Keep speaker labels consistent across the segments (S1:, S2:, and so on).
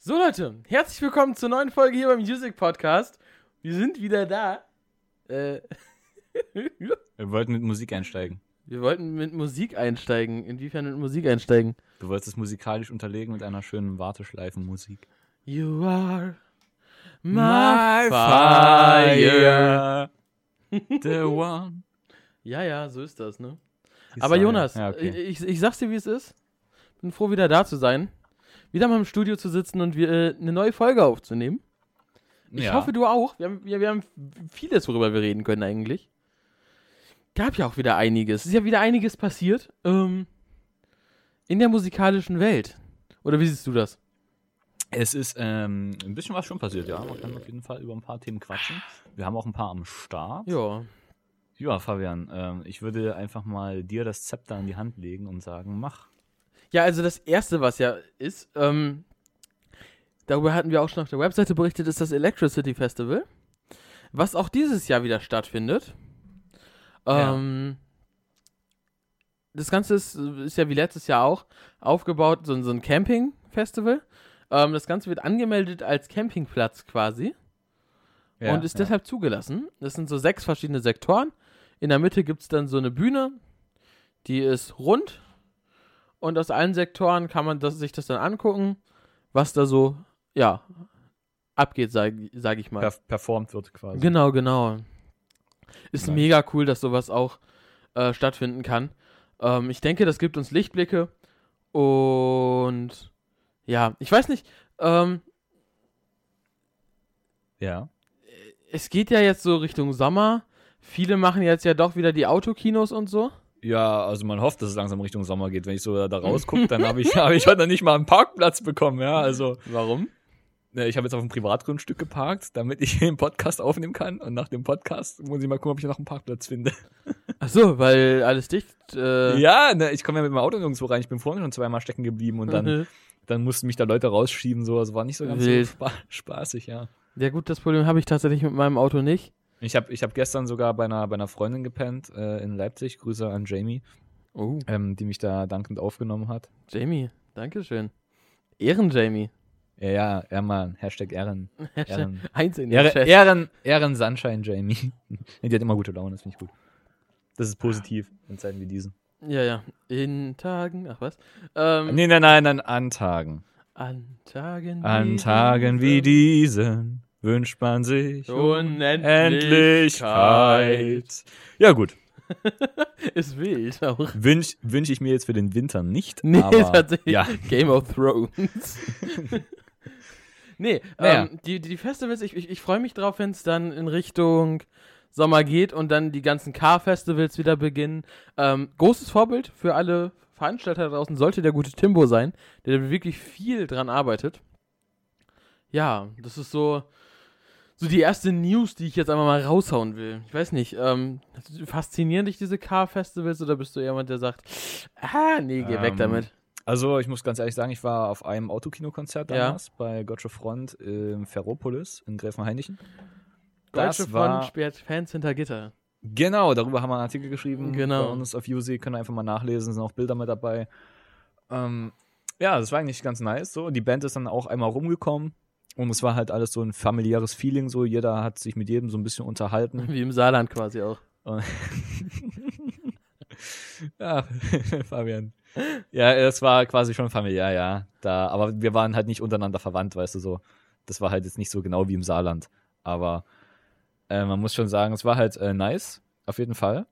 S1: So Leute, herzlich willkommen zur neuen Folge hier beim Music Podcast. Wir sind wieder da. Äh,
S2: Wir wollten mit Musik einsteigen.
S1: wir wollten mit Musik einsteigen. Inwiefern mit Musik einsteigen?
S2: Du wolltest es musikalisch unterlegen mit einer schönen Warteschleifenmusik.
S1: You are my fire.
S2: the one.
S1: Ja, ja, so ist das, ne?
S2: Die
S1: Aber
S2: Säule.
S1: Jonas,
S2: Ja, okay.
S1: ich, ich sag's dir, wie es ist. Bin froh, wieder da zu sein. Wieder mal im Studio zu sitzen und wir, äh, eine neue Folge aufzunehmen. Ich
S2: ja.
S1: hoffe, du auch. Wir haben, wir, wir haben vieles, worüber wir reden können eigentlich. Gab ja auch wieder einiges. Es ist ja wieder einiges passiert ähm, in der musikalischen Welt. Oder wie siehst du das?
S2: es ist ähm, ein bisschen was schon passiert, ja. Man kann auf jeden Fall über ein paar Themen quatschen. Wir haben auch ein paar am Start.
S1: Ja.
S2: Ja, Fabian, ähm, ich würde einfach mal dir das Zepter in die Hand legen und sagen, mach.
S1: Ja, also das Erste, was ja ist, ähm, darüber hatten wir auch schon auf der Webseite berichtet, ist das Electricity Festival, was auch dieses Jahr wieder stattfindet.
S2: Ja.
S1: Ähm, Das Ganze ist, ist ja wie letztes Jahr auch aufgebaut, so, ein- so ein Camping-Festival. Ähm, das Ganze wird angemeldet als Campingplatz quasi
S2: Ja,
S1: und ist
S2: ja.
S1: deshalb zugelassen. Das sind so sechs verschiedene Sektoren. In der Mitte gibt es dann so eine Bühne, die ist rund. Und aus allen Sektoren kann man das, sich das dann angucken, was da so, ja, abgeht, sage sag ich mal.
S2: Per performt wird quasi.
S1: Genau, genau. Ist
S2: Also. Nice.
S1: mega cool, dass sowas auch äh, stattfinden kann. Ähm, ich denke, das gibt uns Lichtblicke. Und ja, ich weiß nicht, ähm,
S2: Ja.
S1: es geht ja jetzt so Richtung Sommer. Viele machen jetzt ja doch wieder die Autokinos und so.
S2: Ja, also man hofft, dass es langsam Richtung Sommer geht. Wenn ich so da rausgucke, dann habe ich, hab ich heute nicht mal einen Parkplatz bekommen, ja. Also.
S1: Warum?
S2: Ne, Ich habe jetzt auf einem Privatgrundstück geparkt, damit ich den Podcast aufnehmen kann. Und nach dem Podcast muss ich mal gucken, ob ich noch einen Parkplatz finde.
S1: Ach so, weil alles dicht. Äh,
S2: Ja, ne, ich komme ja mit meinem Auto nirgendwo rein. Ich bin vorhin schon zweimal stecken geblieben und dann, dann mussten mich da Leute rausschieben. So, also war nicht so ganz so
S1: Mhm. Wild.
S2: spa spaßig, ja.
S1: Ja gut, das Problem habe ich tatsächlich mit meinem Auto nicht.
S2: Ich habe ich hab gestern sogar bei einer, bei einer Freundin gepennt äh, in Leipzig. Grüße an Jamie,
S1: Oh,
S2: ähm, die mich da dankend aufgenommen hat.
S1: Jamie, Dankeschön. Ehren-Jamie.
S2: Ja, ja, ja, Mann. Hashtag Ehren. Ehren.
S1: Eins in den
S2: Ehren,
S1: Chat.
S2: Ehren, Ehren Sunshine Jamie. Nee, die hat immer gute Laune, das finde ich gut. Das ist positiv in Zeiten wie diesen.
S1: Ja, ja. In Tagen, ach was? Ähm,
S2: Nee, nein, nein, nein, an Tagen.
S1: An Tagen
S2: An Tagen wie
S1: diese
S2: diesen wünscht man sich
S1: Unendlichkeit.
S2: Unendlichkeit. Ja, gut.
S1: Ist wild auch.
S2: Wünsch, wünsch ich mir jetzt für den Winter nicht.
S1: Nee,
S2: aber,
S1: tatsächlich.
S2: Ja,
S1: Game of Thrones. nee,
S2: Naja.
S1: ähm, die, die Festivals, ich, ich, ich freue mich drauf, wenn es dann in Richtung Sommer geht und dann die ganzen Car-Festivals wieder beginnen. Ähm, großes Vorbild für alle Veranstalter da draußen sollte der gute Timbo sein, der da wirklich viel dran arbeitet. Ja, das ist so, so die erste News, die ich jetzt einmal mal raushauen will. Ich weiß nicht, ähm, faszinieren dich diese Car-Festivals oder bist du jemand, der sagt, ah, nee, geh weg
S2: Ähm,
S1: damit?
S2: also ich muss ganz ehrlich sagen, ich war auf einem Autokinokonzert
S1: Ja.
S2: damals bei Gotcha Front in Ferropolis in Gräfenhainichen.
S1: Deutsche
S2: Das war,
S1: Front sperrt Fans hinter Gitter.
S2: genau, darüber haben wir einen Artikel geschrieben.
S1: Genau.
S2: Bei uns auf Usi, können einfach mal nachlesen, sind auch Bilder mit dabei. Ähm, ja, das war eigentlich ganz nice. So, die Band ist dann auch einmal rumgekommen und es war halt alles so ein familiäres Feeling. So, jeder hat sich mit jedem so ein bisschen unterhalten.
S1: Wie im Saarland quasi auch.
S2: ja, Fabian. Ja, es war quasi schon familiär, ja. Da, aber wir waren halt nicht untereinander verwandt, weißt du so. Das war halt jetzt nicht so genau wie im Saarland. Aber äh, man muss schon sagen, es war halt äh, nice, auf jeden Fall.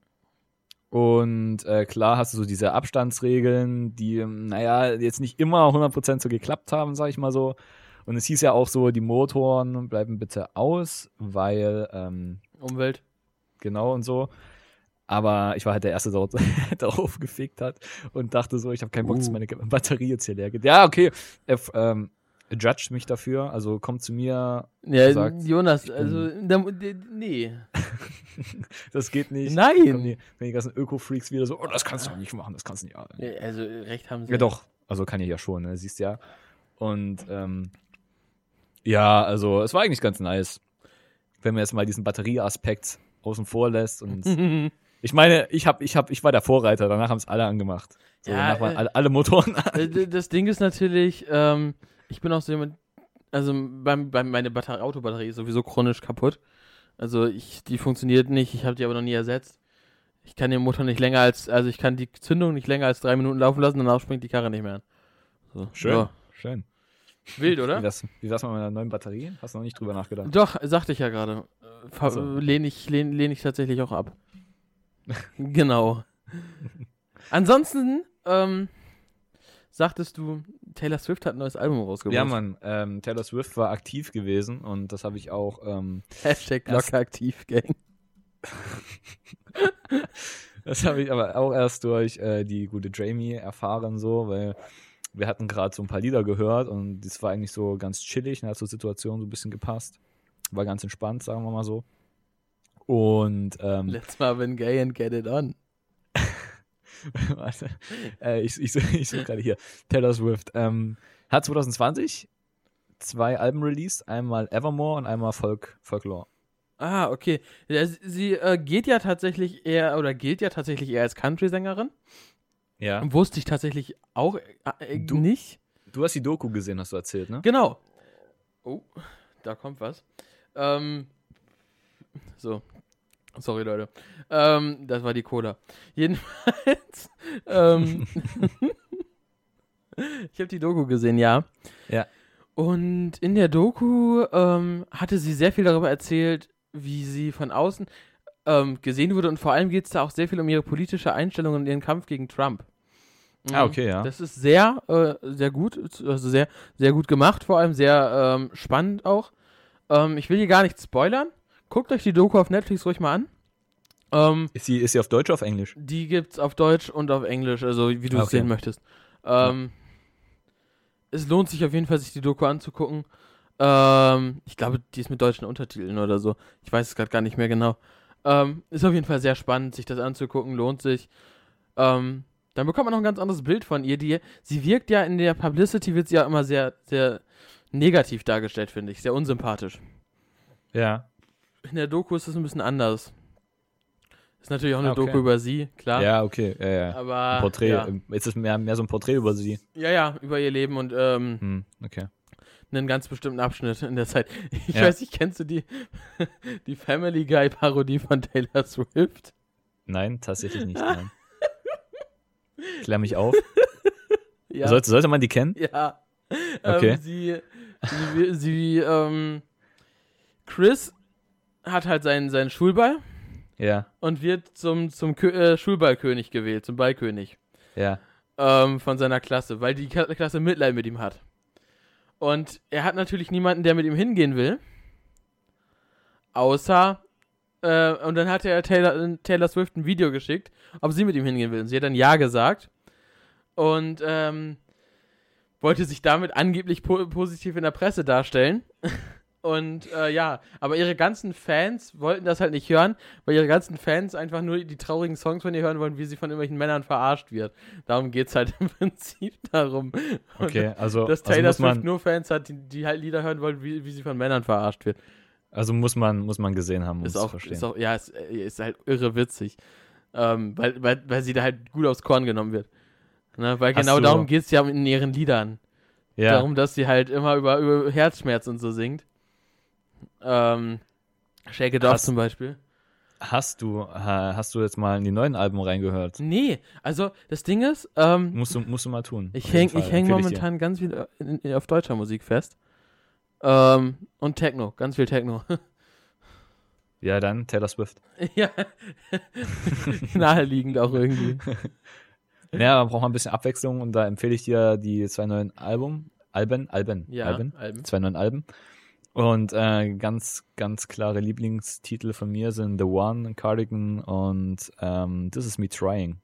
S2: Und äh, klar hast du so diese Abstandsregeln, die, ähm, naja, jetzt nicht immer 100% so geklappt haben, sag ich mal so. Und es hieß ja auch so, die Motoren bleiben bitte aus, weil ähm,
S1: Umwelt.
S2: genau und so. Aber ich war halt der Erste, der dort- der darauf gefickt hat und dachte so, ich habe keinen Bock, dass
S1: Uh.
S2: meine Batterie jetzt hier leer geht. Ja, okay, er ähm, er judged mich dafür, also kommt zu mir,
S1: Ja,
S2: gesagt,
S1: Jonas,
S2: ich bin-
S1: also, da, d- nee.
S2: das geht nicht.
S1: Nein.
S2: Kommen die, wenn die ganzen Öko-Freaks wieder so, oh, das kannst du doch nicht machen, das kannst du nicht. Ja,
S1: Also, recht haben sie.
S2: ja doch, also kann ich ja schon, ne? siehst ja. Und ähm, ja, also es war eigentlich ganz nice, wenn man jetzt mal diesen Batterieaspekt außen vor lässt und
S1: Äh,
S2: Ich meine, ich hab, ich hab, ich war der Vorreiter, danach haben es alle angemacht. So,
S1: Ja,
S2: danach waren
S1: äh,
S2: alle, alle Motoren an.
S1: d- das Ding ist natürlich, ähm, ich bin auch so jemand, Also beim, beim, meine Batter Autobatterie ist sowieso chronisch kaputt. Also ich, die funktioniert nicht, ich habe die aber noch nie ersetzt. Ich kann den Motor nicht länger als, also ich kann die Zündung nicht länger als drei Minuten laufen lassen, danach springt die Karre nicht mehr an. So.
S2: Schön.
S1: Ja.
S2: Schön.
S1: Wild,
S2: Wie
S1: oder?
S2: wär's, wie wär's mal mit einer neuen Batterie? Hast du noch nicht drüber nachgedacht?
S1: Doch, sagte ich ja gerade. Äh, ver-
S2: so.
S1: Lehne ich, lehn, lehn ich tatsächlich auch ab. genau. Ansonsten, ähm, sagtest du, Taylor Swift hat ein neues Album rausgebracht.
S2: Ja, Mann. Ähm, Taylor Swift war aktiv gewesen und das habe ich auch. Ähm,
S1: Hashtag
S2: Erst-
S1: locker aktiv, Gang.
S2: das habe ich aber auch erst durch äh, die gute Jamie erfahren, so, weil wir hatten gerade so ein paar Lieder gehört und das war eigentlich so ganz chillig und hat zur Situation so ein bisschen gepasst. War ganz entspannt, sagen wir mal so. Und ähm,
S1: Let's Marvin Gaye and get it on.
S2: Warte. Äh, ich ich, ich suche gerade hier. Taylor Swift. Ähm, hat 2020 zwei Alben released: einmal Evermore und einmal Folk, Folklore.
S1: Ah, okay. Ja, s- sie äh, geht ja tatsächlich eher, oder gilt ja tatsächlich eher als Country-Sängerin.
S2: Ja.
S1: Wusste ich tatsächlich auch äh, äh,
S2: Du-
S1: nicht.
S2: Du hast die Doku gesehen, hast du erzählt, ne?
S1: Genau. Oh, da kommt was. Ähm, so. Sorry, Leute. Ähm, das war die Cola. Jedenfalls. ähm, ich habe die Doku gesehen, ja.
S2: Ja.
S1: Und in der Doku ähm, hatte sie sehr viel darüber erzählt, wie sie von außen ähm, gesehen wurde. Und vor allem geht es da auch sehr viel um ihre politische Einstellung und ihren Kampf gegen Trump.
S2: Ah,
S1: Mhm.
S2: okay, ja.
S1: Das ist sehr, äh, sehr gut, also sehr, sehr gut gemacht, vor allem sehr ähm, spannend auch. Ähm, ich will hier gar nicht spoilern. Guckt euch die Doku auf Netflix ruhig mal an. Ähm,
S2: Ist sie, ist sie auf Deutsch oder auf Englisch?
S1: die gibt's auf Deutsch und auf Englisch, also wie du es
S2: Okay.
S1: sehen möchtest. Ähm, Es lohnt sich auf jeden Fall, sich die Doku anzugucken. Ähm, ich glaube, die ist mit deutschen Untertiteln oder so. Ich weiß es gerade gar nicht mehr genau. Ähm, ist auf jeden Fall sehr spannend, sich das anzugucken, lohnt sich. Ähm, dann bekommt man noch ein ganz anderes Bild von ihr. Die, sie wirkt ja in der Publicity, wird sie ja immer sehr, sehr negativ dargestellt, finde ich. Sehr unsympathisch.
S2: Ja.
S1: In der Doku ist das ein bisschen anders. Ist natürlich auch eine
S2: Ah, okay.
S1: Doku über sie, klar.
S2: Ja, okay. Ja, ja.
S1: Aber
S2: Ein Porträt.
S1: Ja.
S2: ähm, Jetzt ist mehr, mehr so ein Porträt über sie.
S1: ja, ja, über ihr Leben und ähm,
S2: Hm, okay.
S1: einen ganz bestimmten Abschnitt in der Zeit. Ich
S2: Ja.
S1: weiß nicht, kennst du die, die Family Guy Parodie von Taylor Swift?
S2: Nein, tatsächlich nicht. Nein. Klär mich auf.
S1: Ja.
S2: Sollte, sollte man die kennen?
S1: ja.
S2: Okay.
S1: Ähm, sie, sie, sie, ähm, Chris hat halt seinen, seinen Schulball
S2: Ja.
S1: und wird zum, zum Kö äh, Schulballkönig gewählt, zum Ballkönig.
S2: Ja.
S1: ähm, von seiner Klasse, weil die Ka- Klasse Mitleid mit ihm hat. Und er hat natürlich niemanden, der mit ihm hingehen will. Außer, äh, und dann hat er Taylor, Taylor Swift ein Video geschickt, ob sie mit ihm hingehen will. Und sie hat dann Ja gesagt. Und ähm, wollte sich damit angeblich po positiv in der Presse darstellen. Und äh, ja, aber ihre ganzen Fans wollten das halt nicht hören, weil ihre ganzen Fans einfach nur die traurigen Songs von ihr hören wollen, wie sie von irgendwelchen Männern verarscht wird. Darum geht es halt im Prinzip darum. Und
S2: Okay, also,
S1: Dass
S2: also
S1: Taylor
S2: muss
S1: Swift
S2: man,
S1: nur Fans hat, die, die halt Lieder hören wollen, wie, wie sie von Männern verarscht wird.
S2: also muss man, muss man gesehen haben, um
S1: Ist
S2: es zu
S1: auch,
S2: verstehen.
S1: ist auch, ja, ist, äh, ist halt irre witzig. Ähm, weil, weil, weil sie da halt gut aufs Korn genommen wird. Ne? Weil
S2: Hast
S1: genau
S2: du-
S1: darum geht es ja in ihren Liedern.
S2: ja.
S1: Darum, dass sie halt immer über, über Herzschmerz und so singt. Ähm, Shake It Off
S2: Hast-
S1: zum Beispiel.
S2: Hast du, ha- hast du jetzt mal in die neuen Alben reingehört?
S1: Nee, also das Ding ist, ähm,
S2: Musst du, musst du mal tun.
S1: ich
S2: Auf jeden
S1: hänge
S2: Fall,
S1: ich häng
S2: empfehle ich
S1: momentan ganz viel äh, in, in, auf deutscher Musik fest. Ähm, und Techno, ganz viel Techno.
S2: dir. Ja, dann Taylor Swift.
S1: ja, naheliegend auch irgendwie.
S2: Naja, man braucht mal ein bisschen Abwechslung und da empfehle ich dir die zwei neuen Alben. Alben, Alben,
S1: Ja,
S2: Alben.
S1: Alben.
S2: Zwei neuen Alben. Und äh, ganz, ganz klare Lieblingstitel von mir sind The One, Cardigan und ähm, This Is Me Trying.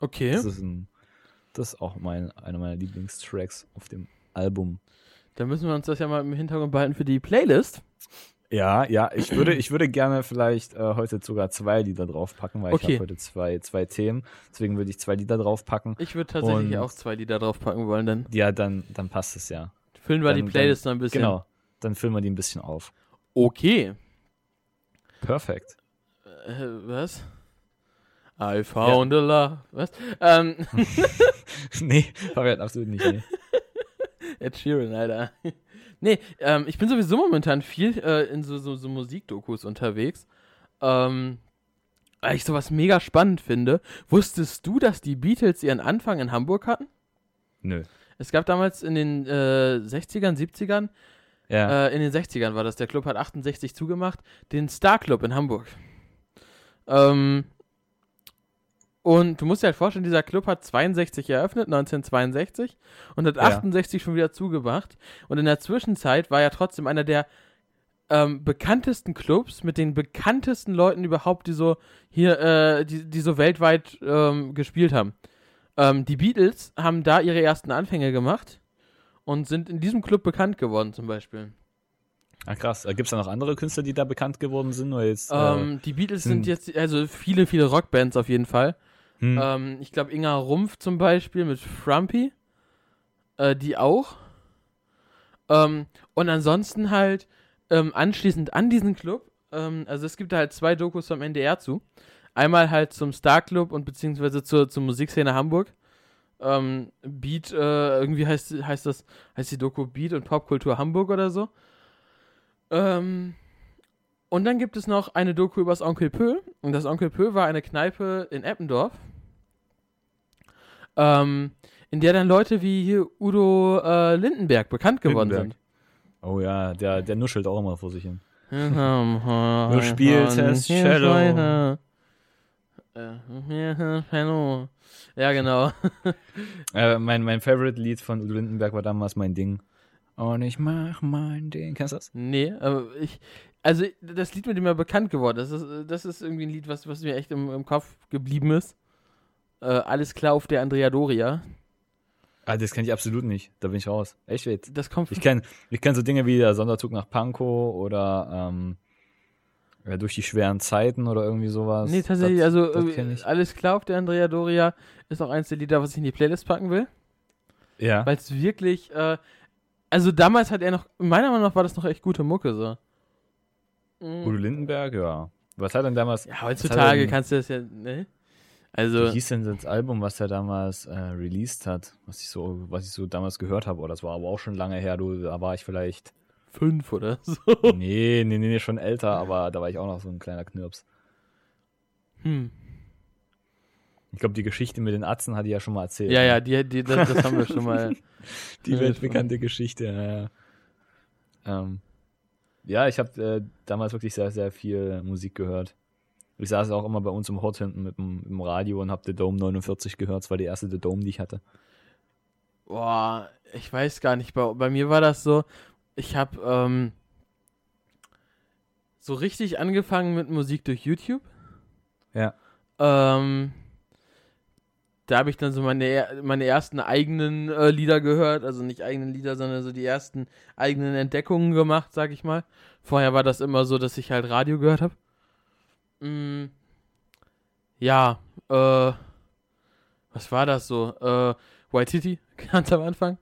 S1: Okay,
S2: Das ist, ein, das ist auch mein, einer meiner Lieblingstracks auf dem Album.
S1: dann müssen wir uns das ja mal im Hintergrund behalten für die Playlist.
S2: Ja, ja, ich würde, ich würde gerne vielleicht äh, heute sogar zwei Lieder draufpacken, weil ich
S1: Okay.
S2: habe heute zwei, zwei Themen. Deswegen würde ich zwei Lieder draufpacken.
S1: Ich würde tatsächlich
S2: Und-
S1: auch zwei Lieder draufpacken wollen, dann
S2: Ja, dann, dann passt es ja.
S1: füllen wir
S2: Dann-
S1: die Playlist noch ein bisschen.
S2: Genau. Dann füllen wir die ein bisschen auf.
S1: Okay.
S2: Perfekt.
S1: Äh, was? I found a love. Was? Ähm,
S2: nee, Fabian, absolut nicht. Nee.
S1: Ed Sheeran, Alter. nee, ähm, ich bin sowieso momentan viel äh, in so, so, so Musikdokus unterwegs. Ähm, weil ich sowas mega spannend finde. Wusstest du, dass die Beatles ihren Anfang in Hamburg hatten?
S2: Nö.
S1: Es gab damals in den äh, 60ern, 70ern,
S2: Ja.
S1: äh, in den 60ern war das, der Club hat 68 zugemacht, den Star Club in Hamburg. Ähm, und du musst dir halt vorstellen, dieser Club hat 62 eröffnet, 1962, und hat
S2: Ja.
S1: 68 schon wieder zugemacht. Und in der Zwischenzeit war ja trotzdem einer der ähm, bekanntesten Clubs mit den bekanntesten Leuten überhaupt, die so hier, äh, die, die so weltweit ähm, gespielt haben. Ähm, die Beatles haben da ihre ersten Anfänge gemacht und sind in diesem Club bekannt geworden, zum Beispiel.
S2: ah, krass. Gibt es da noch andere Künstler, die da bekannt geworden sind? Oder jetzt, äh,
S1: Ähm, die Beatles sind
S2: sind-
S1: jetzt, also viele, viele Rockbands auf jeden Fall.
S2: hm,
S1: Ähm, ich glaube, Inga Rumpf zum Beispiel mit Frumpy. Äh, die auch. Ähm, und ansonsten halt ähm, anschließend an diesen Club. Ähm, also es gibt da halt zwei Dokus vom NDR zu. Einmal halt zum Star Club und beziehungsweise zur, zur Musikszene Hamburg. Ähm, Beat, äh, irgendwie heißt, heißt das, heißt die Doku Beat und Popkultur Hamburg oder so. Ähm, und dann gibt es noch eine Doku übers Onkel Pö. Und das Onkel Pö war eine Kneipe in Eppendorf, ähm, in der dann Leute wie hier Udo äh, Lindenberg bekannt geworden
S2: Lindenberg. oh ja, der, der nuschelt auch immer vor sich hin.
S1: sind. du
S2: spielst es Cello.
S1: Cello. Ja, genau.
S2: Äh, mein mein Favorite-Lied von Udo Lindenberg war damals mein Ding. Und ich mach mein Ding. Kennst du das?
S1: Nee, aber ich. Also, das Lied, mit dem er bekannt geworden ist, das ist, das ist irgendwie ein Lied, was, was mir echt im, im Kopf geblieben ist. Äh, Alles klar auf der Andrea Doria.
S2: Ah, das kenne ich absolut nicht. Da bin ich raus. Echt jetzt.
S1: Das kommt
S2: Ich kenne ich kenn so Dinge wie der Sonderzug nach Pankow oder ähm, ja, durch die schweren Zeiten oder irgendwie sowas.
S1: Nee, tatsächlich, also
S2: das
S1: äh,
S2: kenn ich.
S1: alles klar auf der Andrea Doria ist auch eins der Lieder, was ich in die Playlist packen will,
S2: ja.
S1: äh, weil es wirklich, äh, also damals hat er noch, meiner Meinung nach war das noch echt gute Mucke so.
S2: Udo
S1: Mhm.
S2: Lindenberg, ja. Was hat denn damals.
S1: Ja,
S2: was hat
S1: heutzutage
S2: denn-
S1: kannst du das ja, ne?
S2: Wie
S1: Also,
S2: hieß denn das Album, was er damals äh, released hat, was ich so, was ich so damals gehört habe? Oh, das war aber auch schon lange her, du, da war ich vielleicht.
S1: fünf oder so.
S2: Nee, nee, nee, nee, schon älter, aber da war ich auch noch so ein kleiner Knirps.
S1: Hm.
S2: Ich glaube, die Geschichte mit den Atzen hatte ich ja schon mal erzählt. ne?
S1: Ja, ja, die, die, das, das haben wir schon mal.
S2: Die weltbekannte Geschichte, ja, ja. Ähm, ja, ich habe äh, damals wirklich sehr, sehr viel Musik gehört. Ich saß auch immer bei uns im Hort hinten mit dem, im Radio und habe The Dome 49 gehört. Das war die erste The Dome, die ich hatte.
S1: Boah, ich weiß gar nicht. Bei, bei mir war das so, ich habe ähm, so richtig angefangen mit Musik durch YouTube.
S2: Ja.
S1: Ähm, da habe ich dann so meine, er- meine ersten eigenen äh, Lieder gehört. Also nicht eigenen Lieder, sondern so die ersten eigenen Entdeckungen gemacht, sag ich mal. Vorher war das immer so, dass ich halt Radio gehört habe. Mm, ja, äh, was war das so? Äh, Waititi ganz am Anfang.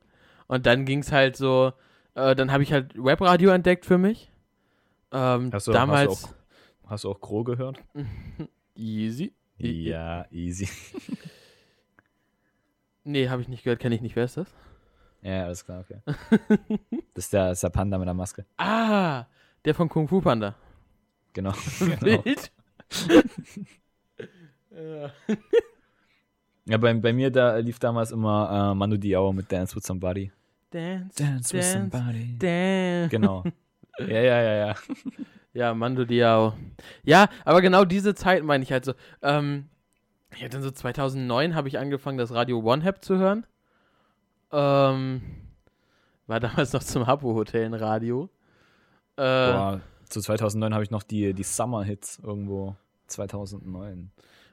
S1: Und dann ging es halt so, äh, dann habe ich halt Webradio entdeckt für mich. Ähm,
S2: Hast du-
S1: damals
S2: hast du Hast du auch Crow gehört?
S1: Easy. I-
S2: Ja, easy.
S1: Nee, habe ich nicht gehört, kenne ich nicht. Wer ist das?
S2: Ja, alles klar, okay. Das ist der, das ist der Panda mit der Maske.
S1: Ah, der von Kung Fu Panda.
S2: Genau. genau.
S1: Wild. Ja.
S2: Ja, bei, bei mir da lief damals immer äh, Manu Diao mit Dance with Somebody.
S1: Dance, dance, dance,
S2: Somebody.
S1: dance.
S2: Genau. Ja, ja, ja, ja.
S1: Ja, Mando Diao. Ja, aber genau diese Zeit meine ich halt so. Ähm, ich habe dann so 2009 habe ich angefangen, das Radio One Hap zu hören. Ähm, war damals noch zum Hapo Hotel ein Radio. Äh,
S2: Boah, zu 2009 habe ich noch die, die Summer-Hits irgendwo. 2009.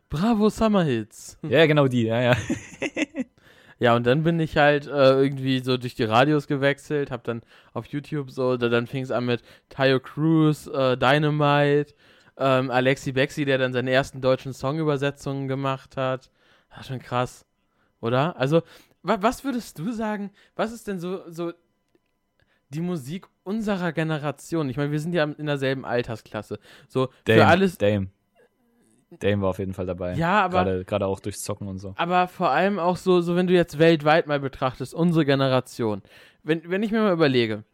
S1: Bravo Summer Hits.
S2: Ja, genau die, ja, ja.
S1: Ja, und dann bin ich halt äh, irgendwie so durch die Radios gewechselt, hab dann auf YouTube so, da, dann fing es an mit Tayo Cruz, äh, Dynamite, ähm, Alexi Bexi, der dann seine ersten deutschen Songübersetzungen gemacht hat. Ah, schon krass, oder? Also, wa was würdest du sagen, was ist denn so, so die Musik unserer Generation? Ich meine, wir sind ja in derselben Altersklasse. So, für alles,
S2: Dame. Dame war auf jeden Fall dabei.
S1: Ja, aber-
S2: Gerade, gerade auch durchs Zocken und so.
S1: Aber vor allem auch so, so wenn du jetzt weltweit mal betrachtest, unsere Generation. Wenn, wenn ich mir mal überlege,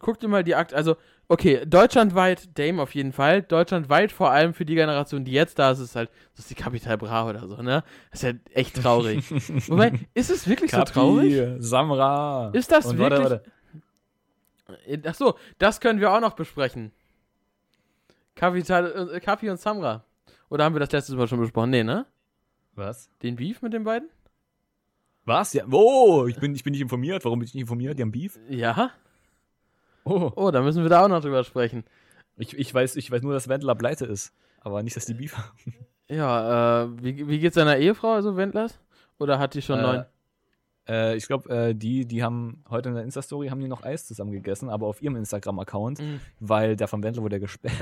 S1: guck dir mal die Akt, also, okay, deutschlandweit, Dame auf jeden Fall, deutschlandweit vor allem für die Generation, die jetzt da ist, ist halt, das ist die Capital Bra oder so, ne? Das ist ja echt traurig. Wobei, ist es wirklich so traurig?
S2: Samra.
S1: Ist das
S2: Und
S1: wirklich.
S2: Warte, warte.
S1: Ach so, das können wir auch noch besprechen. Capital, äh, Kapi und Samra. Oder haben wir das letztes Mal schon besprochen? Nee, ne?
S2: Was?
S1: Den Beef mit den beiden?
S2: Was? Ja. Oh, ich bin, ich bin nicht informiert. Warum bin ich nicht informiert? Die haben Beef?
S1: Ja.
S2: Oh.
S1: Oh, da müssen wir da auch noch drüber sprechen.
S2: Ich, ich, weiß, ich weiß nur, dass Wendler pleite ist. Aber nicht, dass die Beef haben.
S1: Ja, äh, wie, wie geht's deiner Ehefrau, also Wendlers? Oder hat die schon
S2: Äh,
S1: neun?
S2: Äh, ich glaube, äh, die, die haben heute in der Insta-Story haben die noch Eis zusammen gegessen, aber auf ihrem Instagram-Account,
S1: Mhm.
S2: weil der von Wendler wurde gesperrt.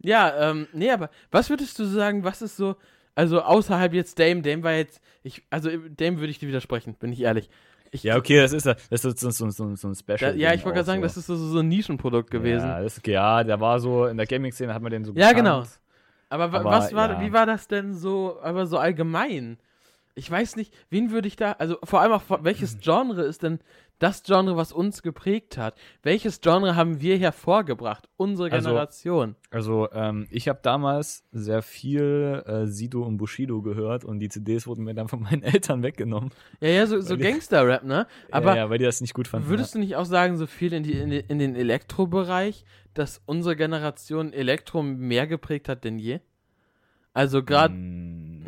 S1: Ja, ähm, nee, aber was würdest du sagen, was ist so, also außerhalb jetzt Dame, Dame war jetzt, ich, also Dame würde ich dir widersprechen, bin ich ehrlich. Ich,
S2: Ja, okay, das ist, das ist so, so, so, so ein Special.
S1: da, ja, ich wollte gerade sagen,
S2: das
S1: das ist so, so ein Nischenprodukt gewesen.
S2: Ja, das ist, ja, der war so, in der Gaming-Szene hat man den so
S1: Ja,
S2: gekannt.
S1: genau. Aber, wa-
S2: Aber,
S1: was war,
S2: ja.
S1: wie war das denn so, aber so allgemein? Ich weiß nicht, wen würde ich da, also vor allem auch, vor-
S2: Mhm.
S1: welches Genre ist denn das Genre, was uns geprägt hat? Welches Genre haben wir hervorgebracht? Unsere
S2: Also-
S1: Generation.
S2: Also, ähm, ich habe damals sehr viel äh, Sido und Bushido gehört und die CDs wurden mir dann von meinen Eltern weggenommen.
S1: ja, ja, so, so
S2: Weil die-
S1: Gangster-Rap, ne? Aber
S2: ja, ja, weil die das nicht gut fanden.
S1: würdest du nicht auch sagen, so viel in, die, in, die, in den Elektrobereich, dass unsere Generation Elektro mehr geprägt hat denn je? Also
S2: ja.
S1: gerade,
S2: Mm,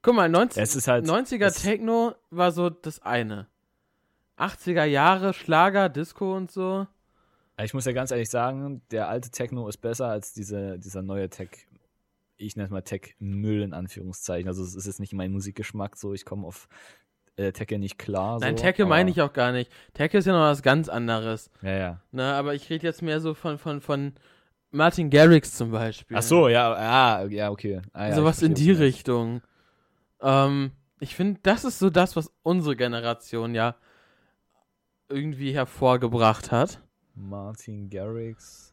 S1: guck mal, 90,
S2: Es ist halt.
S1: 90er
S2: es-
S1: Techno war so das eine. 80er Jahre, Schlager, Disco und so.
S2: Ich muss ja ganz ehrlich sagen, der alte Techno ist besser als diese, dieser neue Tech. Ich nenne es mal Tech-Müll in Anführungszeichen. Also, es ist jetzt nicht mein Musikgeschmack so. Ich komme auf äh, Tech ja nicht klar.
S1: Nein,
S2: so,
S1: Tecke
S2: aber-
S1: meine ich auch gar nicht. Tecke ist ja noch was ganz anderes.
S2: Ja, ja.
S1: Ne, aber ich rede jetzt mehr so von, von, von Martin Garrix zum Beispiel.
S2: Ach so, ja, ah, ja, okay.
S1: so
S2: Ah, ja, ich
S1: Also was in die
S2: verstehe, was du meinst.
S1: Richtung. Ähm, ich finde, das ist so das, was unsere Generation ja irgendwie hervorgebracht hat.
S2: Martin Garrix.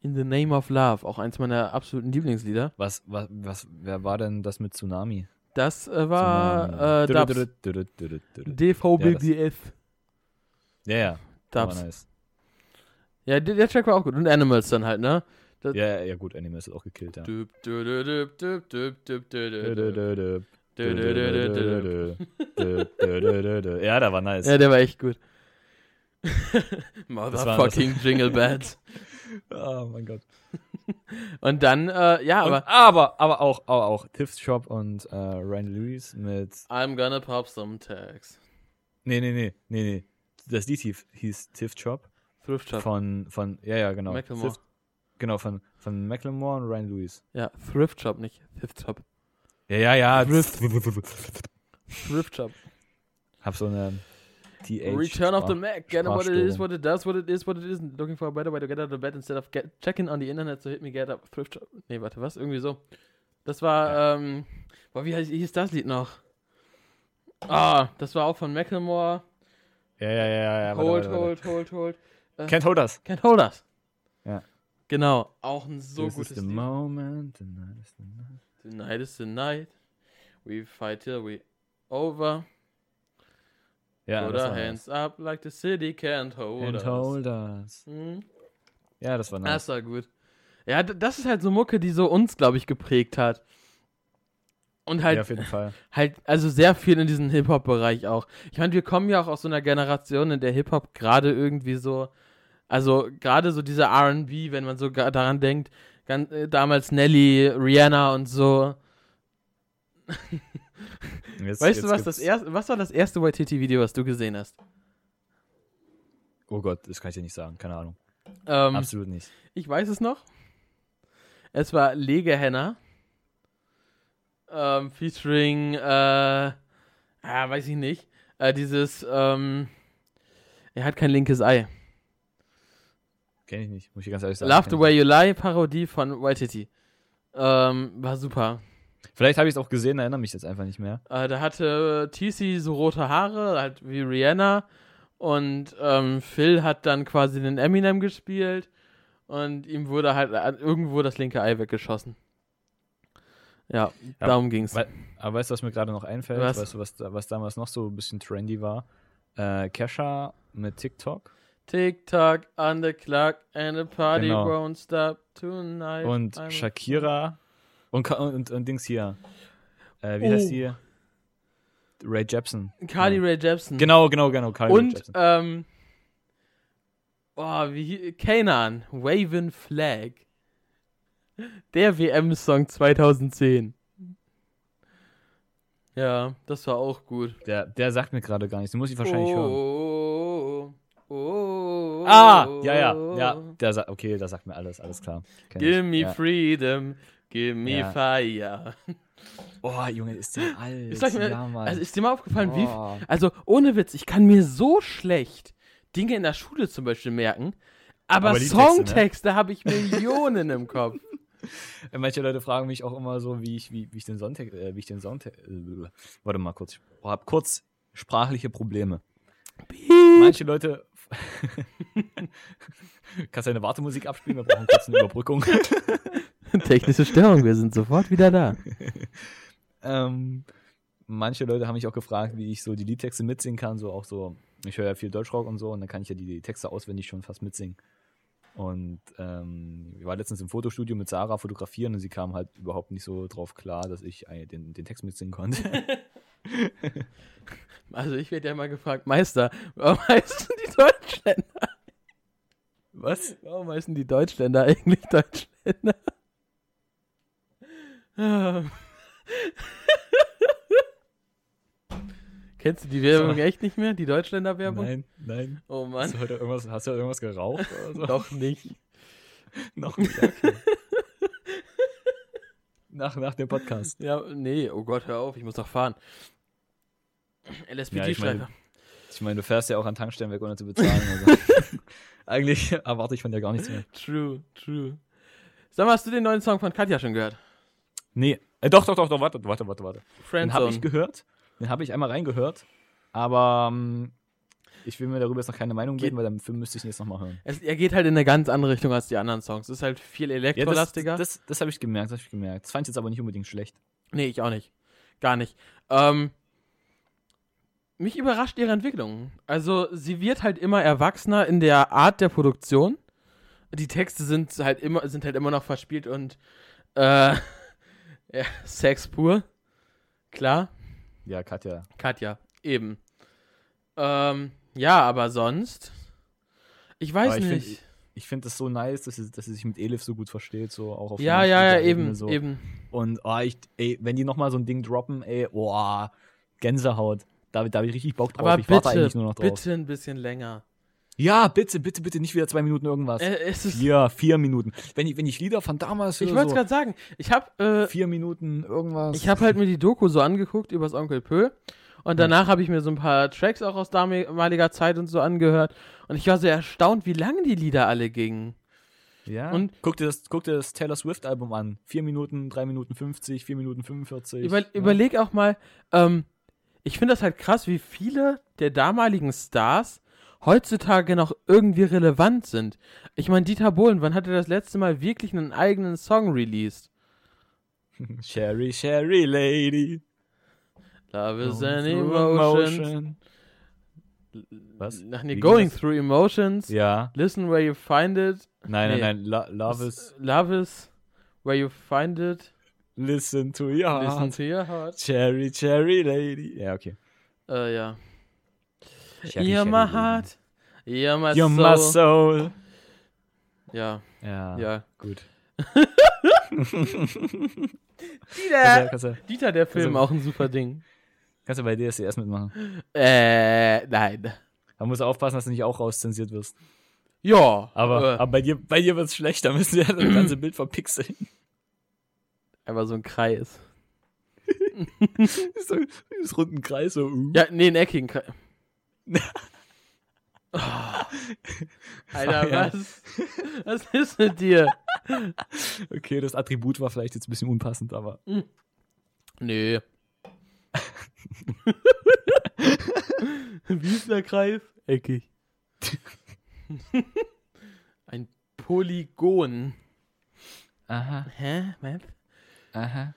S1: In the Name of Love, auch eins meiner absoluten Lieblingslieder.
S2: Was, was, was, wer war denn das mit Tsunami?
S1: Das äh, war äh,
S2: Tsunami.
S1: Dubs.
S2: Dü- dü- dü- dü- dü- dü- dü-
S1: DVBBF.
S2: Ja, ja. war
S1: Dubs.
S2: nice.
S1: Ja, der, der Track war auch gut. Und Animals dann halt, ne?
S2: Ja, ja, ja, gut, Anime ist auch gekillt, ja.
S1: Düb, düb, düb, düb, düb, düb, düb,
S2: Dü-
S1: düb,
S2: dü-
S1: düb,
S2: dü- dü- dü-
S1: düb, düb,
S2: dü- dü-
S1: düb,
S2: dü-
S1: düb.
S2: dü- dü- dü- dü- dü- dü. Ja, der war nice.
S1: Ja, der war echt gut.
S2: Das war-
S1: Motherfucking Jingle Bats.
S2: Oh mein Gott.
S1: Und dann, äh, ja,
S2: Und,
S1: aber
S2: aber, aber auch, aber auch Tiff's Shop und äh, Ryan Lewis mit.
S1: I'm gonna pop some tags.
S2: Nee, nee, nee, nee, nee. Das Lied hieß- hieß Tiff's Shop
S1: Thrift Shop.
S2: von, von, ja, ja, genau.
S1: Macklemore.
S2: Tiff- Genau, von, von Macklemore und Ryan Lewis.
S1: Ja, Thrift Shop, nicht Thrift Shop.
S2: Ja, ja, ja.
S1: Rift. Thrift Shop.
S2: Hab so eine Oh. TH.
S1: Return of the
S2: Sprach-
S1: Mac. Get what it is,
S2: Sprachstörung.
S1: what it does, what it is, what it isn't. Looking for a better way to get out of bed instead of get, checking on the internet, so hit me get up. Thrift Shop. Nee, warte, was? Irgendwie so. Das war, ähm, boah, wie heißt- hieß das Lied noch? Ah, das war auch von Macklemore.
S2: Ja, ja, ja, ja. Warte,
S1: Hold,
S2: warte, warte.
S1: hold, hold, hold.
S2: Can't hold us.
S1: Can't hold us.
S2: Ja.
S1: Genau, auch ein so
S2: This is
S1: gutes
S2: the
S1: Lied.
S2: moment. the night is the night.
S1: Tonight is the night. We fight till we over.
S2: Ja,
S1: Put
S2: das
S1: our
S2: war
S1: hands up like the city can't
S2: nice.
S1: hold
S2: Can't
S1: us.
S2: hold us.
S1: Hm?
S2: Ja, das war nice.
S1: Das war gut. Ja, d- das ist halt so Mucke, die so uns, glaube ich, geprägt hat. Und halt,
S2: ja, auf jeden Fall.
S1: halt, also sehr viel in diesen Hip-Hop-Bereich auch. Ich meine, wir kommen ja auch aus so einer Generation, in der Hip-Hop gerade irgendwie so, also gerade so diese RB, wenn man so ga- daran denkt, gan- äh, damals Nelly, Rihanna und so.
S2: Jetzt,
S1: Weißt du,
S2: jetzt
S1: was das
S2: gibt's-
S1: erste, was war das erste YTT-Video, was du gesehen hast?
S2: Oh Gott, das kann ich dir nicht sagen. Keine Ahnung.
S1: Ähm,
S2: Absolut nicht.
S1: ich weiß es noch. Es war Legehenna. Ähm, featuring, äh, ah, weiß ich nicht. Äh, dieses, ähm, er hat kein linkes Ei.
S2: Kenn ich nicht. Muss ich ganz ehrlich sagen.
S1: Love the
S2: kenn
S1: Way You Lie, Parodie von YTT. Ähm, war super.
S2: ich. Vielleicht habe ich es auch gesehen, erinnere mich jetzt einfach nicht mehr.
S1: Äh, da hatte TC so rote Haare, halt wie Rihanna. Und ähm, Phil hat dann quasi den Eminem gespielt. Und ihm wurde halt an- irgendwo das linke Ei weggeschossen. Ja, darum ging's.
S2: weil- Aber weißt du, was mir gerade noch einfällt?
S1: Was?
S2: Weißt du, was, da- was damals noch so ein bisschen trendy war? Äh, Kesha mit TikTok
S1: Tick-Tack on the clock and the party
S2: Genau.
S1: won't stop tonight.
S2: und
S1: I'm-
S2: Shakira und, Ka- und, und, und Dings hier. Äh, wie
S1: Oh.
S2: heißt die? Ray Jepsen.
S1: Carly
S2: ja.
S1: Rae Jepsen.
S2: Genau, genau, genau. Carly Rae
S1: Und,
S2: Jepsen.
S1: ähm, oh, wie, Kanan, Waven Flag. Der WM-Song 2010. Ja, das war auch gut.
S2: Der, der sagt mir gerade gar nichts. Den muss ich wahrscheinlich hören.
S1: oh, oh, oh, oh,
S2: Ah, ja, ja, ja. Der sagt, okay, der sagt mir alles, alles klar. Kenn ich.
S1: Give me
S2: ja.
S1: freedom, give me
S2: Ja.
S1: fire.
S2: Oh, Junge, ist der alt.
S1: Ist, euch mal,
S2: ja, Mann.
S1: also ist dir mal aufgefallen, wie,
S2: Oh.
S1: Also, ohne Witz, ich kann mir so schlecht Dinge in der Schule zum Beispiel merken, aber,
S2: Aber die Texte, ne?
S1: Songtexte habe ich Millionen im Kopf.
S2: Manche Leute fragen mich auch immer so, wie ich, wie, wie ich den Sonntag, äh, wie ich den Sonntag, äh, warte mal kurz, ich habe kurz sprachliche Probleme. Manche Leute, kannst du eine Wartemusik abspielen, wir brauchen kurz eine Überbrückung.
S1: Technische Störung, wir sind sofort wieder da.
S2: ähm, manche Leute haben mich auch gefragt, wie ich so die Liedtexte mitsingen kann, so auch so, ich höre ja viel Deutschrock und so und dann kann ich ja die, die Texte auswendig schon fast mitsingen. Und ähm, ich war letztens im Fotostudio mit Sarah fotografieren und sie kam halt überhaupt nicht so drauf klar, dass ich äh, den, den Text mitsingen konnte.
S1: Also, ich werde ja mal gefragt, Meister, warum heißen die Deutschländer?
S2: Was?
S1: Warum heißen die Deutschländer eigentlich Deutschländer? Ähm. Kennst du die Werbung
S2: So.
S1: echt nicht mehr? Die Deutschländer-Werbung?
S2: Nein, nein.
S1: Oh Mann,
S2: Hast du, heute irgendwas, hast du irgendwas geraucht oder so?
S1: doch nicht.
S2: Noch nicht. Okay. nach, nach dem Podcast.
S1: Ja, nee, oh Gott, hör auf, ich muss noch fahren.
S2: Ja, ich meine-
S1: LSPD-Schleifer.
S2: Ich meine, du fährst ja auch an Tankstellen weg, ohne zu bezahlen. Also. Eigentlich erwarte ich von dir gar nichts mehr.
S1: true, true. Sag mal, hast du den neuen Song von Katja schon gehört?
S2: Nee. Äh, doch, doch, doch, doch, warte, warte, warte, warte. Den habe ich
S1: Friendzone.
S2: gehört. Den habe ich einmal reingehört. Aber ähm, ich will mir darüber jetzt noch keine Meinung bilden, weil dann Film müsste ich ihn jetzt nochmal hören.
S1: Es, er geht halt in eine ganz andere Richtung als die anderen Songs. Ist halt viel
S2: das
S1: elektrolastiger.
S2: das, das habe ich gemerkt, das habe ich gemerkt. Das fand ich jetzt aber nicht unbedingt schlecht.
S1: nee, ich auch nicht. Gar nicht. Ähm, mich überrascht ihre Entwicklung. Also, sie wird halt immer erwachsener in der Art der Produktion. Die Texte sind halt immer, sind halt immer noch verspielt und äh, ja, Sex pur. Klar.
S2: Ja, Katja.
S1: Katja, eben. Ähm, ja, aber sonst. Ich weiß
S2: Aber ich find-
S1: nicht.
S2: ich finde das so nice, dass sie, dass sie sich mit Elif so gut versteht, so auch auf
S1: ja,
S2: einer
S1: ja, ja,
S2: Spiegerebene
S1: eben,
S2: so.
S1: eben.
S2: Und oh, ich, ey, wenn die nochmal so ein Ding droppen, ey, boah, Gänsehaut. Da, da habe ich richtig Bock drauf.
S1: Aber
S2: ich warte
S1: bitte,
S2: eigentlich nur noch drauf.
S1: bitte ein bisschen länger.
S2: Ja, bitte, bitte, bitte, nicht wieder zwei Minuten irgendwas.
S1: Äh, es ist,
S2: vier, vier Minuten. Wenn ich, wenn ich Lieder von damals höre,
S1: ich wollte es
S2: so
S1: gerade sagen. Ich habe äh,
S2: vier Minuten irgendwas.
S1: ich hab halt mir die Doku so angeguckt übers Onkel Pö. Und danach habe ich mir so ein paar Tracks auch aus damaliger Zeit und so angehört. Und ich war so erstaunt, wie lang die Lieder alle gingen.
S2: ja.
S1: und-
S2: guck, dir das, guck dir das Taylor Swift-Album an. Vier Minuten, drei Minuten 50, vier Minuten 45.
S1: Über,
S2: ja.
S1: Überleg auch mal, ähm, ich finde das halt krass, wie viele der damaligen Stars heutzutage noch irgendwie relevant sind. Ich meine, Dieter Bohlen, wann hat er das letzte Mal wirklich einen eigenen Song released?
S2: Sherry, Sherry Lady.
S1: Love is
S2: Going
S1: an
S2: through
S1: emotion.
S2: emotion. Was?
S1: Ach nee,
S2: Wie ging
S1: going
S2: das?
S1: through emotions.
S2: Ja.
S1: Listen where you find it.
S2: Nein,
S1: Nee.
S2: nein, nein. Lo love is
S1: Love is where you find it.
S2: Listen to your
S1: Listen
S2: heart.
S1: to your heart.
S2: Cherry, Cherry Lady. Ja, okay.
S1: Äh, ja. You're my heart. You're my
S2: You're my
S1: soul.
S2: soul.
S1: Ja,
S2: Ja,
S1: ja.
S2: gut. Kannst
S1: Dieter,
S2: du, kannst, du,
S1: Dieter der Film,
S2: Also-
S1: auch ein super Ding.
S2: kannst du bei DSDS mitmachen.
S1: Äh, nein.
S2: Da musst du aufpassen, dass du nicht auch rauszensiert wirst.
S1: Ja, äh,
S2: Aber, aber bei dir, bei dir wird's schlecht, da müssen wir das ganze Bild verpixeln.
S1: einfach so ein Kreis.
S2: so, ist runden Kreis so. uh.
S1: Ja, nee, ein eckigen Kreis. Oh. Alter,
S2: Ja.
S1: was? Was ist mit dir?
S2: Okay, das Attribut war vielleicht jetzt ein bisschen unpassend, aber.
S1: Nee. Wie ist der Kreis? Eckig. Ein Polygon.
S2: Aha,
S1: Hä? Map?
S2: aha.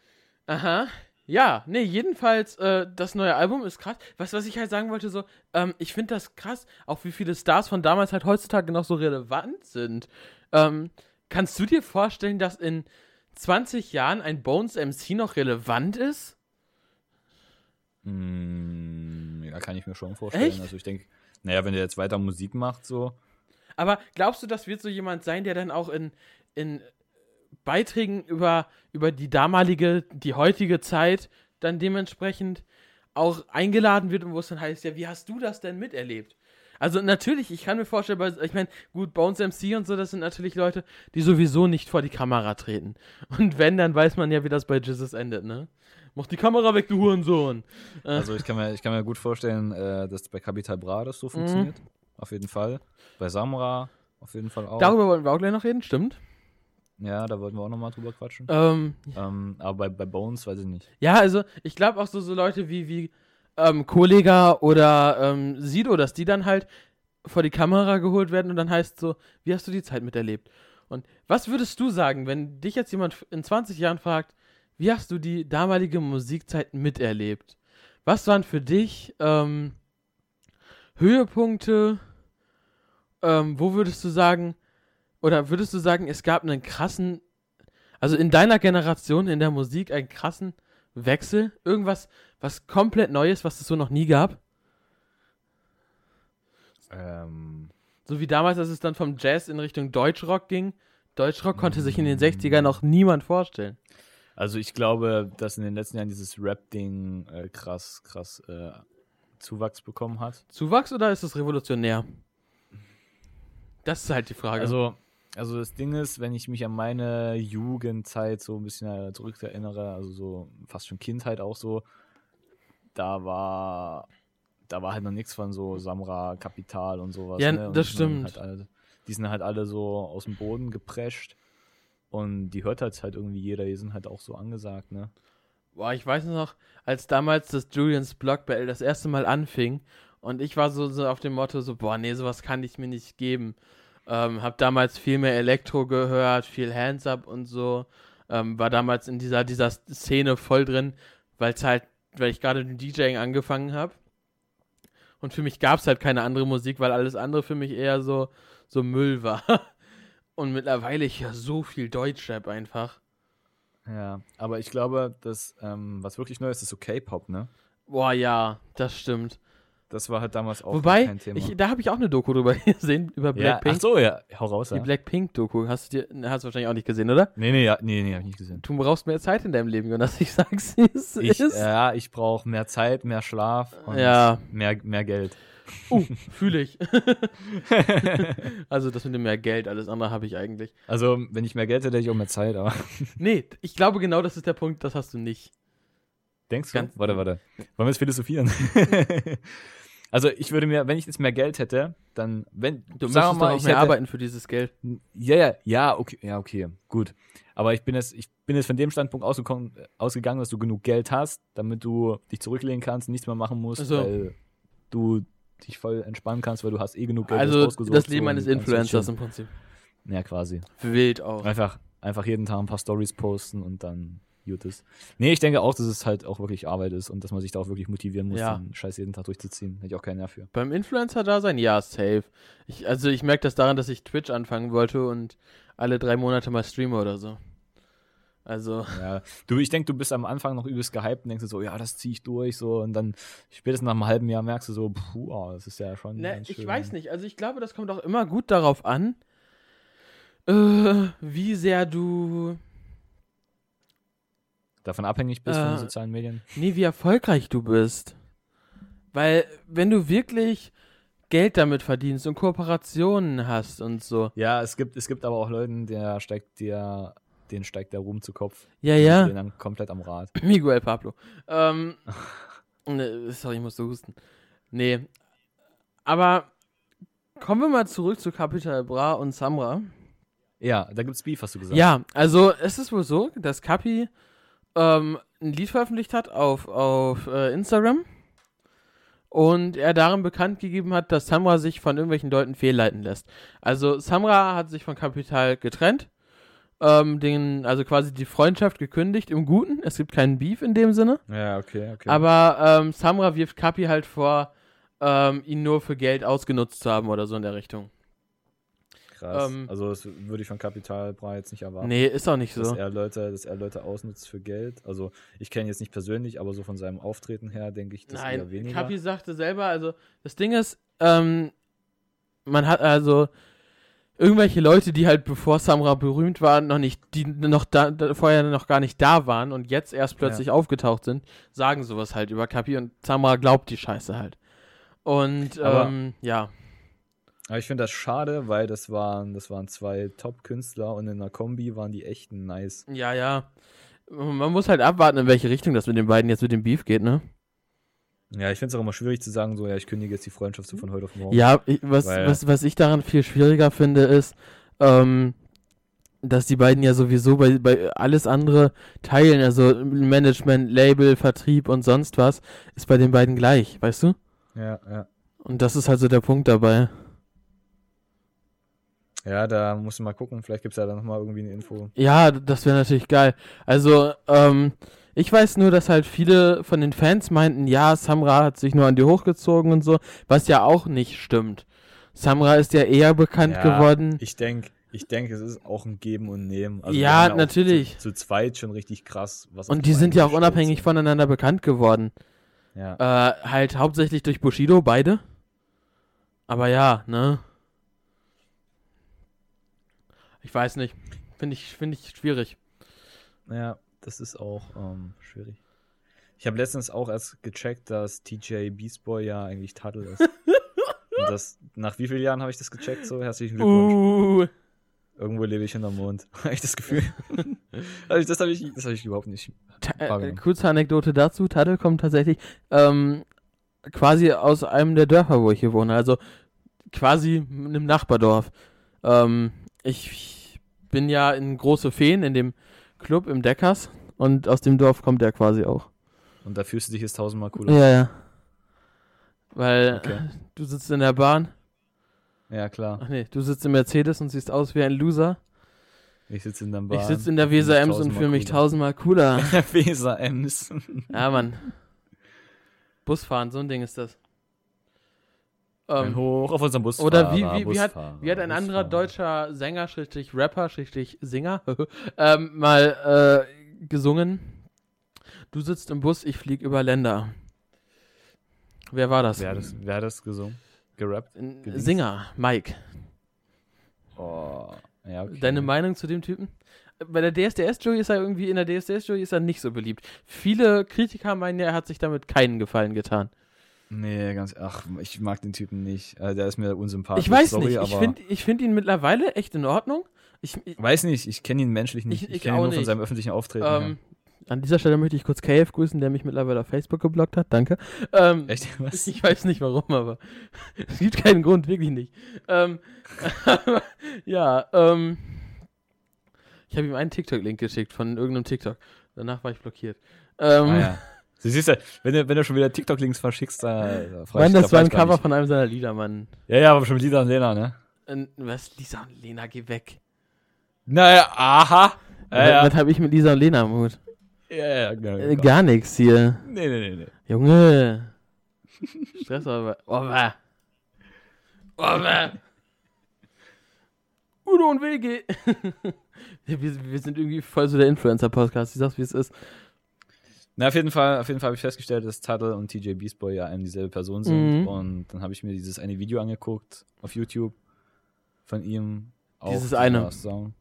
S1: Aha. Ja, nee, jedenfalls, äh, das neue Album ist krass. Was, was ich halt sagen wollte, so, ähm, ich finde das krass, auch wie viele Stars von damals halt heutzutage noch so relevant sind. Ähm, kannst du dir vorstellen, dass in 20 Jahren ein Bones MC noch relevant ist?
S2: Mm, ja, kann ich mir schon vorstellen.
S1: Echt?
S2: Also ich denke, naja, wenn der jetzt weiter Musik macht, so.
S1: Aber glaubst du, das wird so jemand sein, der dann auch in, in Beiträgen über, über die damalige, die heutige Zeit dann dementsprechend auch eingeladen wird und wo es dann heißt, ja, wie hast du das denn miterlebt? Also natürlich, ich kann mir vorstellen, bei- ich meine, gut, Bones MC und so, das sind natürlich Leute, die sowieso nicht vor die Kamera treten. Und wenn, dann weiß man ja, wie das bei Jesus endet, ne? Mach die Kamera weg, du Hurensohn.
S2: Also ich kann mir, ich kann mir gut vorstellen, äh, dass bei Capital Bra das so
S1: Mhm.
S2: funktioniert. Auf jeden Fall. Bei Samra auf jeden Fall auch.
S1: Darüber wollten wir auch gleich noch reden, stimmt.
S2: ja, da wollten wir auch nochmal drüber quatschen.
S1: Ähm,
S2: Ähm, aber bei, bei Bones weiß ich nicht.
S1: Ja, also ich glaube auch so, so Leute wie, wie ähm, Kollega oder ähm, Sido, dass die dann halt vor die Kamera geholt werden und dann heißt so, wie hast du die Zeit miterlebt? Und was würdest du sagen, wenn dich jetzt jemand in 20 Jahren fragt, wie hast du die damalige Musikzeit miterlebt? Was waren für dich ähm, Höhepunkte? Ähm, wo würdest du sagen, oder würdest du sagen, es gab einen krassen, also in deiner Generation in der Musik einen krassen Wechsel? Irgendwas, was komplett Neues, was es so noch nie gab?
S2: Ähm,
S1: So wie damals, als es dann vom Jazz in Richtung Deutschrock ging. Deutschrock konnte sich in den 60ern noch niemand vorstellen.
S2: also ich glaube, dass in den letzten Jahren dieses Rap-Ding äh, krass, krass äh, Zuwachs bekommen hat.
S1: Zuwachs oder ist es revolutionär? Das ist halt die Frage.
S2: Also, also das Ding ist, wenn ich mich an meine Jugendzeit so ein bisschen äh, zurückerinnere, also so fast schon Kindheit auch so, da war da war halt noch nichts von so Samra, Kapital und sowas.
S1: Ja,
S2: ne? Und
S1: das
S2: die sind
S1: stimmt.
S2: Halt alle, die sind halt alle so aus dem Boden geprescht und die hört halt halt irgendwie jeder, die sind halt auch so angesagt, ne?
S1: Boah, ich weiß noch, als damals das Julians Block Battle das erste Mal anfing und ich war so, so auf dem Motto so, boah, nee, sowas kann ich mir nicht geben. Ähm, hab damals viel mehr Elektro gehört, viel Hands Up und so. Ähm, war damals in dieser, dieser Szene voll drin, weil's halt, weil ich gerade mit dem DJing angefangen habe. Und für mich gab's halt keine andere Musik, weil alles andere für mich eher so, so Müll war. Und mittlerweile ich ja so viel Deutschrap einfach.
S2: Ja, aber ich glaube, dass ähm, was wirklich Neues ist so K-Pop, ne?
S1: Boah, ja, das stimmt.
S2: Das war halt damals auch
S1: Wobei,
S2: kein Thema.
S1: ich, da habe ich auch eine Doku drüber gesehen, über
S2: ja, ach
S1: Blackpink.
S2: so, ja, hau raus.
S1: die
S2: Ja.
S1: Blackpink-Doku. Hast du dir, hast du wahrscheinlich auch nicht gesehen, oder?
S2: Nee, nee, ja, nee, nee, hab ich nicht gesehen.
S1: Du brauchst mehr Zeit in deinem Leben, Jonas. Ich sag's, wie es
S2: Ich, äh,
S1: ist.
S2: ja, ich brauche mehr Zeit, mehr Schlaf und
S1: Ja.
S2: mehr, mehr Geld.
S1: Uh, fühle ich. also das mit dem mehr Geld, alles andere habe ich eigentlich.
S2: Also, wenn ich mehr Geld hätte, hätte ich auch mehr Zeit, aber
S1: Nee, ich glaube genau, das ist der Punkt, das hast du nicht.
S2: denkst du?
S1: Ganz- genau.
S2: warte, warte. Wollen wir jetzt philosophieren? also, ich würde mir, wenn ich jetzt mehr Geld hätte, dann, wenn,
S1: Du
S2: sagen wir
S1: müsstest mal, auch
S2: ich
S1: mehr
S2: hätte-
S1: arbeiten für dieses Geld.
S2: Ja, ja, ja, okay, ja, okay, gut. Aber ich bin jetzt, ich bin jetzt von dem Standpunkt ausgekommen, ausgegangen, dass du genug Geld hast, damit du dich zurücklehnen kannst, nichts mehr machen musst,
S1: Also-
S2: weil du dich voll entspannen kannst, weil du hast eh genug Geld.
S1: also
S2: hast ausgesucht,
S1: das Leben
S2: so,
S1: eines
S2: und kannst jetzt
S1: Influencers
S2: chillen.
S1: im Prinzip.
S2: Ja, quasi.
S1: Wild auch.
S2: Einfach, einfach jeden Tag ein paar Stories posten und dann gut ist. Nee, ich denke auch, dass es halt auch wirklich Arbeit ist und dass man sich da auch wirklich motivieren muss,
S1: Ja.
S2: den Scheiß jeden Tag durchzuziehen. Hätte ich auch keinen Nerv für.
S1: Beim Influencer-Dasein? Ja, safe. Ich, also ich merke das daran, dass ich Twitch anfangen wollte und alle drei Monate mal streame oder so. Also,
S2: Ja. Du, ich denke, du bist am Anfang noch übelst gehypt und denkst dir so, ja, das ziehe ich durch, so. Und dann spätestens nach einem halben Jahr merkst du so, puh, ah, das ist ja schon.
S1: ne,
S2: ganz
S1: ich
S2: schön.
S1: weiß nicht. Also ich glaube, das kommt auch immer gut darauf an, äh, wie sehr du,
S2: Davon abhängig bist von
S1: Äh,
S2: den sozialen Medien.
S1: nee, wie erfolgreich du bist. Weil, wenn du wirklich Geld damit verdienst und Kooperationen hast und so.
S2: Ja, es gibt, es gibt aber auch Leuten, der steigt dir, den steigt der Ruhm zu Kopf.
S1: Ja,
S2: Die
S1: ja.
S2: drehen dann komplett am Rad.
S1: Miguel Pablo. Ähm, ne, sorry, ich musste husten. Nee. Aber kommen wir mal zurück zu Capital Bra und Samra.
S2: Ja, da gibt's Beef, hast du gesagt.
S1: Ja, also es ist wohl so, dass Capi ähm, ein Lied veröffentlicht hat auf, auf äh, Instagram. und er darin bekannt gegeben hat, dass Samra sich von irgendwelchen Leuten fehlleiten lässt. Also Samra hat sich von Kapital getrennt, ähm, den, also quasi die Freundschaft gekündigt im Guten. Es gibt keinen Beef in dem Sinne.
S2: Ja, okay, okay.
S1: Aber ähm, Samra wirft Kapi halt vor, ähm, ihn nur für Geld ausgenutzt zu haben oder so in der Richtung.
S2: Krass.
S1: ähm,
S2: also das würde ich von Kapital Bra jetzt nicht erwarten.
S1: Nee, ist auch nicht so.
S2: Dass er Leute, dass er Leute ausnutzt für Geld. Also ich kenne ihn jetzt nicht persönlich, aber so von seinem Auftreten her denke ich, das eher
S1: Nein,
S2: weniger.
S1: Kapi sagte selber, also das Ding ist, ähm, man hat also irgendwelche Leute, die halt bevor Samra berühmt waren, noch nicht, die noch da, da, vorher noch gar nicht da waren und jetzt erst plötzlich aufgetaucht sind, sagen sowas halt über Kapi und Samra glaubt die Scheiße halt. Und
S2: Aber-
S1: ähm, ja,
S2: aber ich finde das schade, weil das waren, das waren zwei Top-Künstler und in einer Kombi waren die echten nice.
S1: ja, ja. Man muss halt abwarten, in welche Richtung das mit den beiden jetzt mit dem Beef geht, ne?
S2: Ja, ich finde es auch immer schwierig zu sagen, so, ja, ich kündige jetzt die Freundschaft so von heute auf morgen.
S1: Ja, ich, was,
S2: Weil-
S1: was, was ich daran viel schwieriger finde, ist, ähm, dass die beiden ja sowieso bei, bei alles andere teilen, also Management, Label, Vertrieb und sonst was, ist bei den beiden gleich, weißt du?
S2: Ja, ja.
S1: Und das ist halt so der Punkt dabei.
S2: Ja, da musst du mal gucken. Vielleicht gibt es ja dann nochmal irgendwie eine Info.
S1: Ja, d- das wäre natürlich geil. Also, ähm, ich weiß nur, dass halt viele von den Fans meinten, ja, Samra hat sich nur an die hochgezogen und so, was ja auch nicht stimmt. Samra ist ja eher bekannt
S2: Ja,
S1: geworden.
S2: Ich denke, ich denk, es ist auch ein Geben und Nehmen. Also
S1: Ja,
S2: wir haben auch
S1: natürlich.
S2: Zu, zu zweit schon richtig krass. Was auf
S1: Und die
S2: einen
S1: sind ja auch
S2: gestellt
S1: unabhängig
S2: sind.
S1: voneinander bekannt geworden.
S2: Ja.
S1: Äh, halt hauptsächlich durch Bushido, beide. Aber ja, ne? Ich weiß nicht. Finde ich, find ich schwierig.
S2: ja, das ist auch ähm, schwierig. Ich habe letztens auch erst gecheckt, dass TJ Beast Boy ja eigentlich Tuttle ist. und das, nach wie vielen Jahren habe ich das gecheckt? So, herzlichen Glückwunsch.
S1: Uh,
S2: Irgendwo lebe ich hinterm Mond. Habe ich das Gefühl. Also das habe ich, das hab ich überhaupt nicht.
S1: ta- äh,
S2: Wahrgenommen.
S1: kurze Anekdote dazu. Tadel kommt tatsächlich ähm, quasi aus einem der Dörfer, wo ich hier wohne. Also quasi einem Nachbardorf. Ähm, ich bin ja in Große Feen, in dem Club im Deckers. Und aus dem Dorf kommt er quasi auch.
S2: Und da fühlst du dich jetzt tausendmal cooler.
S1: Ja, ja. Weil
S2: Okay.
S1: du sitzt in der Bahn,
S2: Ja, klar.
S1: ach nee, du sitzt im Mercedes und siehst aus wie ein Loser.
S2: Ich sitze in der Bahn.
S1: Ich sitze in der
S2: fühl mich
S1: Weser Ems und
S2: tausendmal
S1: fühle mich
S2: cooler.
S1: tausendmal Ähm, cooler.
S2: Weser Ems.
S1: ja, Mann. Busfahren, so ein Ding ist das.
S2: Ein
S1: Ähm,
S2: Hoch auf unserem Busfahrer.
S1: oder wie, wie, wie, hat,
S2: Busfahrer,
S1: wie hat ein anderer
S2: Busfahrer.
S1: deutscher Sänger, schrägstrich Rapper, schrägstrich Singer, ähm, mal äh, gesungen? Du sitzt im Bus, ich flieg über Länder. Wer war das?
S2: Wer hat das, wer hat das gesungen? Gerappt?
S1: Ein
S2: gewesen?
S1: Singer, Mike.
S2: Oh, ja, okay.
S1: Deine Meinung zu dem Typen? Bei der DSDS-Jury ist er irgendwie, in der DSDS-Jury ist er nicht so beliebt. Viele Kritiker meinen ja, er hat sich damit keinen Gefallen getan.
S2: Nee, ganz. Ach, ich mag den Typen nicht. Äh, Der ist mir unsympathisch.
S1: ich weiß
S2: sorry,
S1: nicht, ich
S2: aber-
S1: finde ich find ihn mittlerweile echt in Ordnung. Ich, ich,
S2: Weiß nicht, ich kenne ihn menschlich nicht.
S1: Ich-
S2: Ich,
S1: ich
S2: kenne
S1: auch
S2: ihn nur
S1: nicht.
S2: von seinem öffentlichen Auftreten.
S1: ähm, an dieser Stelle möchte ich kurz KF grüßen, der mich mittlerweile auf Facebook geblockt hat. Danke. Ähm,
S2: her. Echt? Was?
S1: Ich weiß nicht warum, aber es gibt keinen Grund, wirklich nicht. Ähm, aber, ja, ähm, ich habe ihm einen TikTok-Link geschickt von irgendeinem TikTok. Danach war ich blockiert. Ähm,
S2: Ah, ja. Du siehst ja, wenn du, wenn du schon wieder TikTok-Links verschickst, da, da freu
S1: Mann,
S2: ich-
S1: das
S2: da
S1: war
S2: freu
S1: ein
S2: ich gar
S1: Cover
S2: nicht.
S1: von einem seiner Lieder, Mann.
S2: Ja, ja, aber schon mit Lisa und Lena, ne?
S1: Äh, was? Lisa und Lena, geh weg.
S2: Naja, aha. Ja,
S1: was
S2: ja.
S1: was habe ich mit Lisa und Lena am Hut?
S2: ja, ja, genau,
S1: Äh,
S2: genau.
S1: gar nichts hier.
S2: Nee, nee, nee, nee.
S1: Junge. Stress aber. Oh, bäh. Oh, bäh. Udo und Wilke. Ja, wir, wir sind irgendwie voll so der Influencer-Podcast. Ich sag's, wie es ist.
S2: Na, auf jeden Fall, auf jeden Fall habe ich festgestellt, dass Tuttle und TJ Beast Boy ja einem dieselbe Person sind.
S1: Mhm.
S2: Und dann habe ich mir dieses eine Video angeguckt auf YouTube von ihm. Auch
S1: Dieses
S2: dieser
S1: eine.
S2: Song,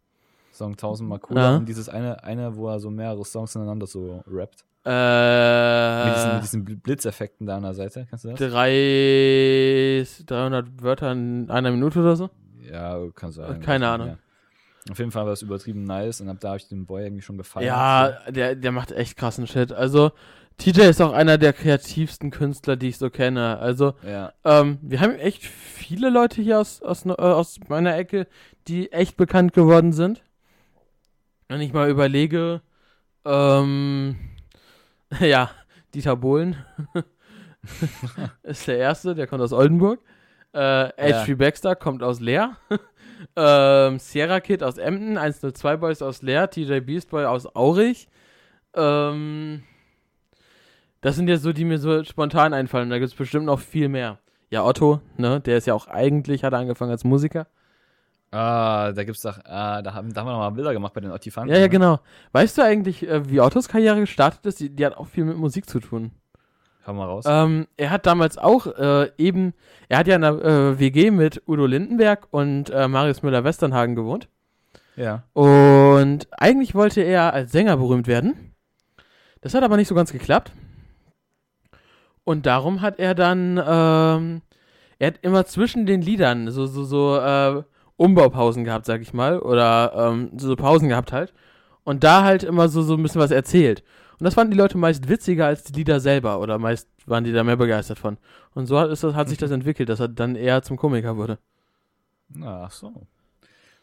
S2: Song 1000 Mal cooler.
S1: Ja.
S2: Und dieses eine, eine, wo er so mehrere Songs ineinander so rappt. mit, diesen,
S1: Äh,
S2: mit diesen Bl- Blitzeffekten da an der Seite. Kannst du das?
S1: drei, 300 Wörter in einer Minute oder so?
S2: Ja, kannst du sagen.
S1: Äh, Keine Ahnung.
S2: Auf jeden Fall war es übertrieben nice. Und ab da habe ich den Boy irgendwie schon gefallen.
S1: Ja, der, der macht echt krassen Shit. Also, TJ ist auch einer der kreativsten Künstler, die ich so kenne. Also,
S2: Ja.
S1: ähm, wir haben echt viele Leute hier aus, aus, äh, aus meiner Ecke, die echt bekannt geworden sind. Wenn ich mal überlege, ähm, ja, Dieter Bohlen, ist der erste, der kommt aus Oldenburg. Äh, HP Baxter kommt aus Leer. ähm, Sierra Kid aus Emden, 102 Boys aus Leer, TJ Beastboy aus Aurich. Ähm, das sind jetzt so, die mir so spontan einfallen. Da gibt es bestimmt noch viel mehr. Ja, Otto, ne, der ist ja auch eigentlich, hat er angefangen als Musiker.
S2: Ah, da gibt's doch, ah, da haben, da haben wir nochmal Bilder gemacht bei den Ottifanten.
S1: Ja, ja, genau. Weißt du eigentlich, äh, wie Ottos Karriere gestartet ist? Die, die hat auch viel mit Musik zu tun.
S2: Hör mal raus.
S1: Ähm, er hat damals auch äh, eben, er hat ja in einer äh, WG mit Udo Lindenberg und äh, Marius Müller-Westernhagen gewohnt.
S2: ja.
S1: Und eigentlich wollte er als Sänger berühmt werden. Das hat aber nicht so ganz geklappt. Und darum hat er dann, ähm, er hat immer zwischen den Liedern so, so, so äh, Umbaupausen gehabt, sag ich mal. Oder ähm, so so Pausen gehabt halt. Und da halt immer so, so ein bisschen was erzählt. Und das fanden die Leute meist witziger als die Lieder selber. Oder meist waren die da mehr begeistert von. Und so hat, ist das, hat sich das entwickelt, dass er dann eher zum Komiker wurde.
S2: Ach so.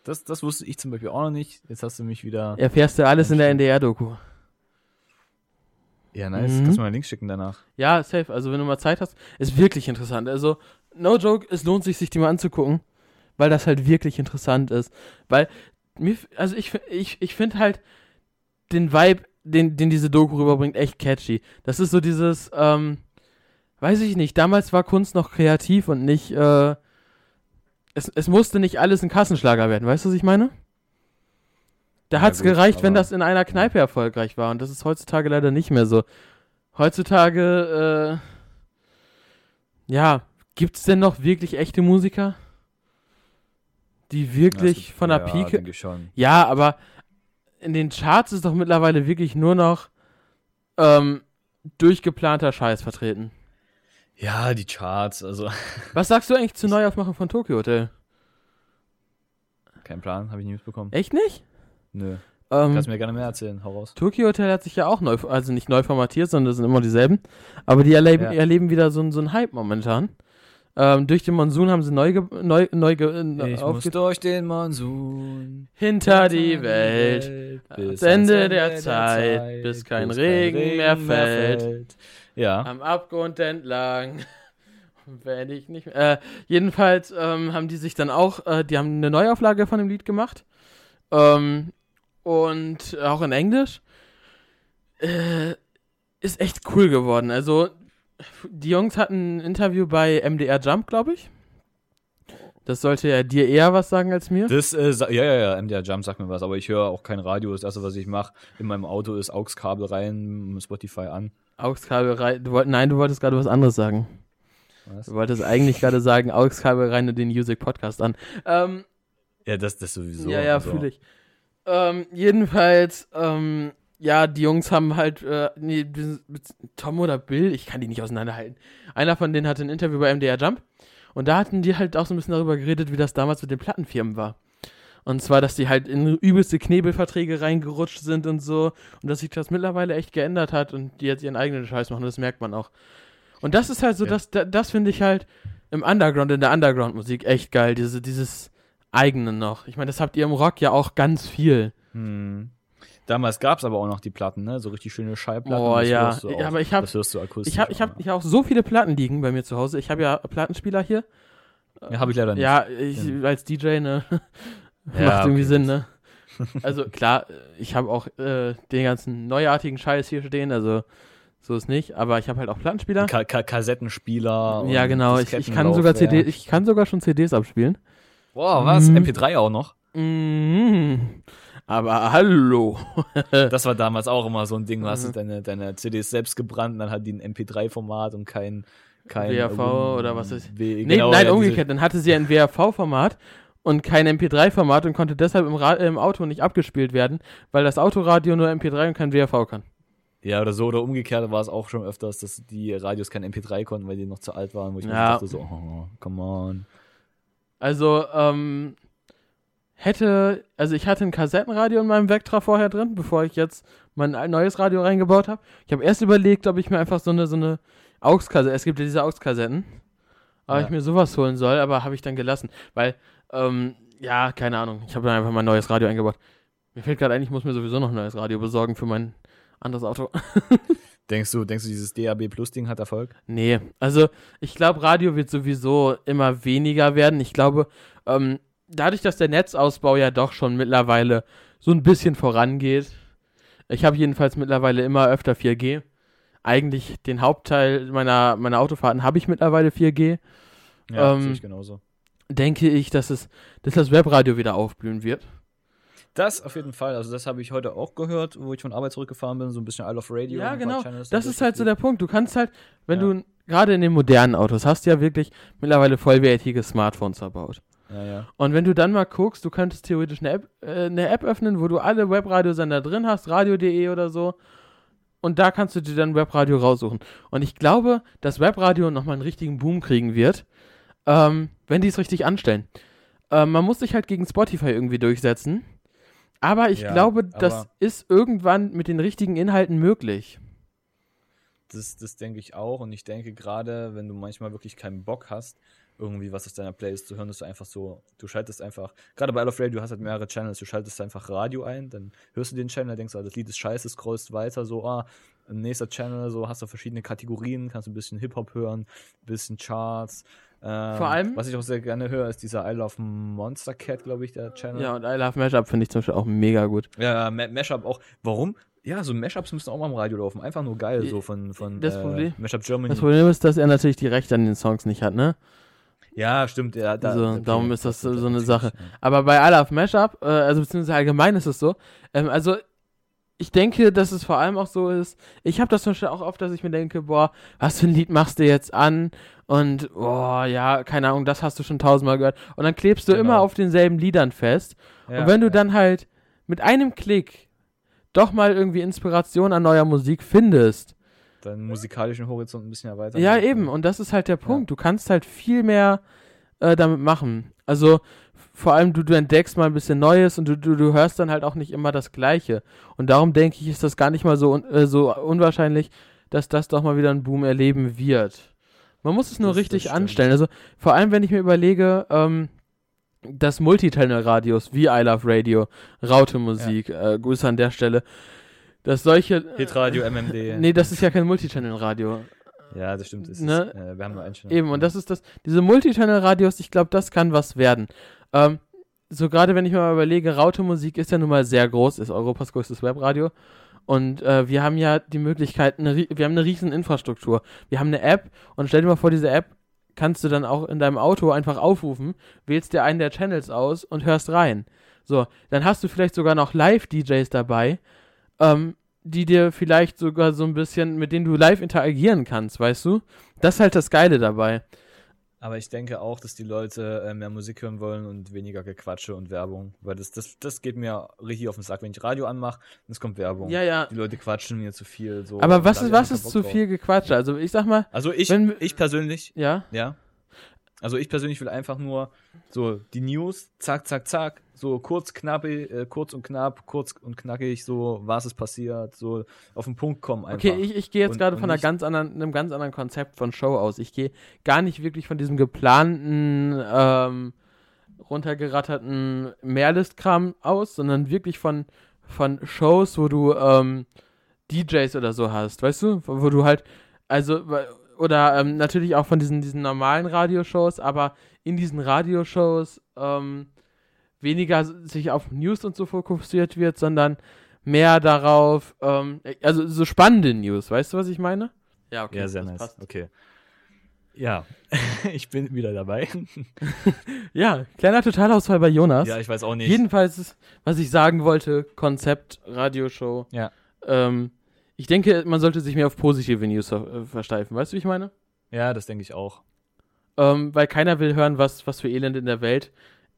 S2: Das, das wusste ich zum Beispiel auch noch nicht. Jetzt hast du mich wieder.
S1: Erfährst du alles in der NDR-Doku.
S2: Ja, nice.
S1: Mhm.
S2: Kannst du mal einen Link schicken danach.
S1: Ja, safe. Also wenn du mal Zeit hast, ist wirklich interessant. Also, no joke, es lohnt sich, sich die mal anzugucken, weil das halt wirklich interessant ist. Weil, mir, f- also ich, f- ich, ich finde halt den Vibe, den, den diese Doku rüberbringt, echt catchy. Das ist so dieses, ähm, weiß ich nicht, damals war Kunst noch kreativ und nicht, äh, es, es musste nicht alles ein Kassenschlager werden, weißt du, was ich meine? Da
S2: Ja,
S1: hat's
S2: gut,
S1: gereicht, wenn
S2: aber-
S1: das in einer Kneipe erfolgreich war und das ist heutzutage leider nicht mehr so. Heutzutage, äh, ja, gibt's denn noch wirklich echte Musiker? Die
S2: Ja, es
S1: wirklich
S2: gibt-
S1: von der
S2: ja,
S1: Pike
S2: denke ich schon.
S1: ja, aber in den Charts ist doch mittlerweile wirklich nur noch ähm, durchgeplanter Scheiß vertreten.
S2: Ja, die Charts, also
S1: Was sagst du eigentlich zur Neuaufmachung von Tokyo Hotel?
S2: kein Plan, habe ich nie mitbekommen.
S1: Echt nicht?
S2: Nö.
S1: Ähm,
S2: Kannst mir gerne mehr erzählen, hau raus.
S1: Tokyo Hotel hat sich ja auch neu, also nicht neu formatiert, sondern das sind immer dieselben. Aber die erleben,
S2: Ja.
S1: erleben wieder so, einen- so einen Hype momentan. Ähm, durch den Monsun haben sie neu, ge neu, neu ge
S2: Ich muss
S1: aufge-
S2: durch den Monsun.
S1: hinter die Welt. ans Ende der Zeit, bis kein Regen mehr fällt.
S2: Ja.
S1: Am Abgrund entlang. Wenn ich nicht. Äh, jedenfalls ähm, haben die sich dann auch, äh, die haben eine Neuauflage von dem Lied gemacht. Ähm, und auch in Englisch. Äh, ist echt cool geworden. Also, die Jungs hatten ein Interview bei MDR Jump, glaube ich. Das sollte ja dir eher was sagen als mir.
S2: Das, äh, sa- ja, ja, ja, MDR Jump sagt mir was, aber ich höre auch kein Radio. Das erste, was ich mache in meinem Auto, ist AUX-Kabel rein, Spotify an.
S1: Augskabel rein. Du wolltest, nein, du wolltest gerade was anderes sagen.
S2: Was?
S1: Du wolltest eigentlich gerade sagen, Augskabel rein und den Music Podcast an. Ähm,
S2: Ja, das, das sowieso.
S1: Ja, ja,
S2: also.
S1: fühle ich. Ähm, jedenfalls, ähm, ja, die Jungs haben halt, äh, nee, bis- bis- Tom oder Bill, ich kann die nicht auseinanderhalten. Einer von denen hatte ein Interview bei MDR Jump und da hatten die halt auch so ein bisschen darüber geredet, wie das damals mit den Plattenfirmen war. Und zwar, dass die halt in übelste Knebelverträge reingerutscht sind und so und dass sich das mittlerweile echt geändert hat und die jetzt ihren eigenen Scheiß machen, das merkt man auch. Und das ist halt so,
S2: Ja.
S1: das, da- das finde ich halt im Underground, in der Underground-Musik echt geil, diese, dieses eigenen noch. Ich meine, das habt ihr im Rock ja auch ganz viel.
S2: Hm. Damals gab es aber auch noch die Platten, ne? So richtig schöne Schallplatten.
S1: Oh,
S2: das
S1: ja.
S2: hörst du auch.
S1: Ja, aber ich hab-
S2: das hörst du akustisch.
S1: Ich habe ich hab, ich hab auch so viele Platten liegen bei mir zu Hause. Ich habe ja Plattenspieler hier.
S2: ja, hab ich leider nicht.
S1: Ja, ich, als DJ, ne? Macht
S2: Ja,
S1: irgendwie
S2: okay.
S1: Sinn, ne? Also klar, ich habe auch äh, den ganzen neuartigen Scheiß hier stehen, also so ist nicht, aber ich habe halt auch Plattenspieler.
S2: Ka Ka Kassettenspieler. und
S1: ja, genau, ich, ich kann
S2: Diskettenlaufwerk.
S1: sogar CD, ich kann sogar schon CDs abspielen.
S2: Boah, was?
S1: Mhm.
S2: MP3 auch noch?
S1: Mhm. Aber hallo.
S2: Das war damals auch immer so ein Ding. Du hast
S1: Äh. Mhm.
S2: deine, deine CDs selbst gebrannt und dann hat die ein MP3-Format und kein. kein
S1: WAV
S2: Win-
S1: oder was ist-
S2: W
S1: Nee,
S2: genau,
S1: nein,
S2: ja, diese-
S1: umgekehrt. Dann hatte sie ein WAV-Format und kein MP3-Format und konnte deshalb im, Ra äh, im Auto nicht abgespielt werden, weil das Autoradio nur MP3 und kein WAV kann.
S2: Ja, oder so oder umgekehrt war es auch schon öfters, dass die Radios kein MP3 konnten, weil die noch zu alt waren, wo ich mir
S1: Ja.
S2: dachte so, oh, come on.
S1: Also, ähm, hätte, also ich hatte ein Kassettenradio in meinem Vectra vorher drin, bevor ich jetzt mein ein neues Radio reingebaut habe. Ich habe erst überlegt, ob ich mir einfach so eine, so eine AUX-Kassette, es gibt ja diese AUX-Kassetten, ob
S2: Ja.
S1: ich mir sowas holen soll, aber habe ich dann gelassen, weil, ähm, ja, keine Ahnung, ich habe dann einfach mein neues Radio eingebaut. Mir fällt gerade ein, ich muss mir sowieso noch ein neues Radio besorgen für mein anderes Auto.
S2: Denkst du, denkst du, dieses DAB Plus Ding hat Erfolg?
S1: Nee, also ich glaube, Radio wird sowieso immer weniger werden. Ich glaube, ähm, dadurch, dass der Netzausbau ja doch schon mittlerweile so ein bisschen vorangeht, ich habe jedenfalls mittlerweile immer öfter 4G. Eigentlich den Hauptteil meiner, meiner Autofahrten habe ich mittlerweile 4G. Ähm,
S2: sehe ich genauso.
S1: Denke ich, dass, es, dass das Webradio wieder aufblühen wird.
S2: Das auf jeden Fall. Also das habe ich heute auch gehört, wo ich von Arbeit zurückgefahren bin, so ein bisschen Isle of Radio.
S1: Ja,
S2: ein paar
S1: genau.
S2: Channels
S1: Das
S2: da
S1: ist halt so der Punkt. Du kannst halt, wenn
S2: Ja.
S1: du gerade in den modernen Autos hast, du ja wirklich mittlerweile vollwertige Smartphones verbaut.
S2: durchgespielt. Ja, ja.
S1: Und wenn du dann mal guckst, du könntest theoretisch eine App, äh, eine App öffnen, wo du alle Webradiosender drin hast, radio.de oder so. Und da kannst du dir dann Webradio raussuchen. Und ich glaube, dass Webradio nochmal einen richtigen Boom kriegen wird, ähm, wenn die es richtig anstellen. Ähm, man muss sich halt gegen Spotify irgendwie durchsetzen. Aber ich
S2: Ja,
S1: glaube, das
S2: aber-
S1: ist irgendwann mit den richtigen Inhalten möglich.
S2: Das, das denke ich auch. Und ich denke gerade, wenn du manchmal wirklich keinen Bock hast, irgendwie was aus deiner Playlist zu hören, dass du einfach so, du schaltest einfach, gerade bei All of Radio, du hast halt mehrere Channels, du schaltest einfach Radio ein, dann hörst du den Channel, denkst, ah, das Lied ist scheiße, scrollst weiter, so, ah, nächster Channel, so, hast du verschiedene Kategorien, kannst ein bisschen Hip-Hop hören, ein bisschen Charts. Ähm,
S1: Vor allem-
S2: Was ich auch sehr gerne höre, ist dieser I Love Monster Cat, glaube ich, der Channel.
S1: Ja, und I Love Mashup finde ich zum Beispiel auch mega gut.
S2: Ja, Ma- Mashup auch. Warum? Ja, so Mashups müssen auch mal im Radio laufen. Einfach nur geil, so von, von äh,
S1: Das Problem-
S2: Mashup Germany.
S1: Das Problem ist, dass er natürlich die Rechte an den Songs nicht hat, ne?
S2: ja, stimmt. Ja, da,
S1: Also,
S2: da-
S1: darum ist das so
S2: da-
S1: so eine
S2: natürlich,
S1: Sache.
S2: ja.
S1: Aber bei I Love Mashup, äh, also beziehungsweise allgemein ist es so, ähm, also ich denke, dass es vor allem auch so ist, ich habe das zum Beispiel auch oft, dass ich mir denke, boah, was für ein Lied machst du jetzt an? Und, boah, ja, keine Ahnung, das hast du schon tausendmal gehört. Und dann klebst du
S2: Genau.
S1: immer auf denselben Liedern fest.
S2: Ja,
S1: Und wenn du
S2: ne. ja.
S1: dann halt mit einem Klick doch mal irgendwie Inspiration an neuer Musik findest,
S2: Deinen musikalischen Horizont ein bisschen erweitern.
S1: ja, eben. Und das ist halt der Punkt. Du kannst halt viel mehr äh, damit machen. Also f- vor allem, du, du entdeckst mal ein bisschen Neues und du, du, du hörst dann halt auch nicht immer das Gleiche. Und darum denke ich, ist das gar nicht mal so, un äh, so unwahrscheinlich, dass das doch mal wieder einen Boom erleben wird. Man muss es nur
S2: Das- das
S1: richtig
S2: stimmt.
S1: anstellen. Also vor allem, wenn ich mir überlege, ähm, dass Multichannel-Radios wie I Love Radio, Raute Musik, äh, Grüße an der Stelle, dass solche...
S2: Hitradio, MMD.
S1: äh, Nee, das ist ja kein Multichannel-Radio.
S2: Ja, das stimmt. Es
S1: Ne?
S2: ist, äh, wir haben nur einen Channel.
S1: Eben, und das ist das, diese Multichannel-Radios, ich glaube, das kann was werden. Ähm, so gerade wenn ich mir mal überlege, Raute Musik ist ja nun mal sehr groß, ist Europas größtes Webradio. Und äh, wir haben ja die Möglichkeit, eine, rie- wir haben eine riesen Infrastruktur. Wir haben eine App und stell dir mal vor, diese App kannst du dann auch in deinem Auto einfach aufrufen, wählst dir einen der Channels aus und hörst rein. So, dann hast du vielleicht sogar noch Live-DJs dabei, ähm, die dir vielleicht sogar so ein bisschen, mit denen du live interagieren kannst, weißt du? Das ist halt das Geile dabei.
S2: Aber ich denke auch, dass die Leute äh, mehr Musik hören wollen und weniger Gequatsche und Werbung. Weil das, das, das geht mir richtig auf den Sack. Wenn ich Radio anmache, und es kommt Werbung.
S1: Ja, ja.
S2: Oh. Die Leute quatschen mir zu viel. So,
S1: Aber
S2: Und
S1: was
S2: da
S1: ist,
S2: hab ich auch
S1: was
S2: keinen
S1: ist
S2: Bock
S1: zu
S2: drauf.
S1: viel Gequatsche? Also ich sag mal,
S2: Also ich,
S1: Wenn-
S2: ich persönlich,
S1: ja,
S2: Ja. Also ich persönlich will einfach nur so die News, zack, zack, zack, so kurz, knapp, äh, kurz und knapp, kurz und knackig, so was ist passiert, so auf den Punkt kommen einfach.
S1: okay, ich, ich gehe jetzt
S2: Und-
S1: gerade
S2: und
S1: von einer
S2: nicht-
S1: ganz anderen, einem ganz anderen Konzept von Show aus. Ich gehe gar nicht wirklich von diesem geplanten, ähm, runtergeratterten Mehrlistkram aus, sondern wirklich von, von Shows, wo du ähm, DJs oder so hast, weißt du? Wo, wo du halt, also, wa- oder ähm, natürlich auch von diesen, diesen normalen Radioshows, aber in diesen Radioshows ähm, weniger s- sich auf News und so fokussiert wird, sondern mehr darauf, ähm, also so spannende News, weißt du, was ich meine? Ja, okay.
S2: ja, sehr
S1: das
S2: nice.
S1: passt.
S2: Okay. Ja, ich bin wieder dabei.
S1: Ja, kleiner Totalausfall bei Jonas.
S2: ja, ich weiß auch nicht.
S1: Jedenfalls, ist, was ich sagen wollte, Konzept, Radioshow.
S2: Ja.
S1: Ähm, ich denke, man sollte sich mehr auf positive News äh, versteifen. Weißt du, wie ich meine?
S2: ja, das denke ich auch.
S1: Ähm, weil keiner will hören, was, was für Elend in der Welt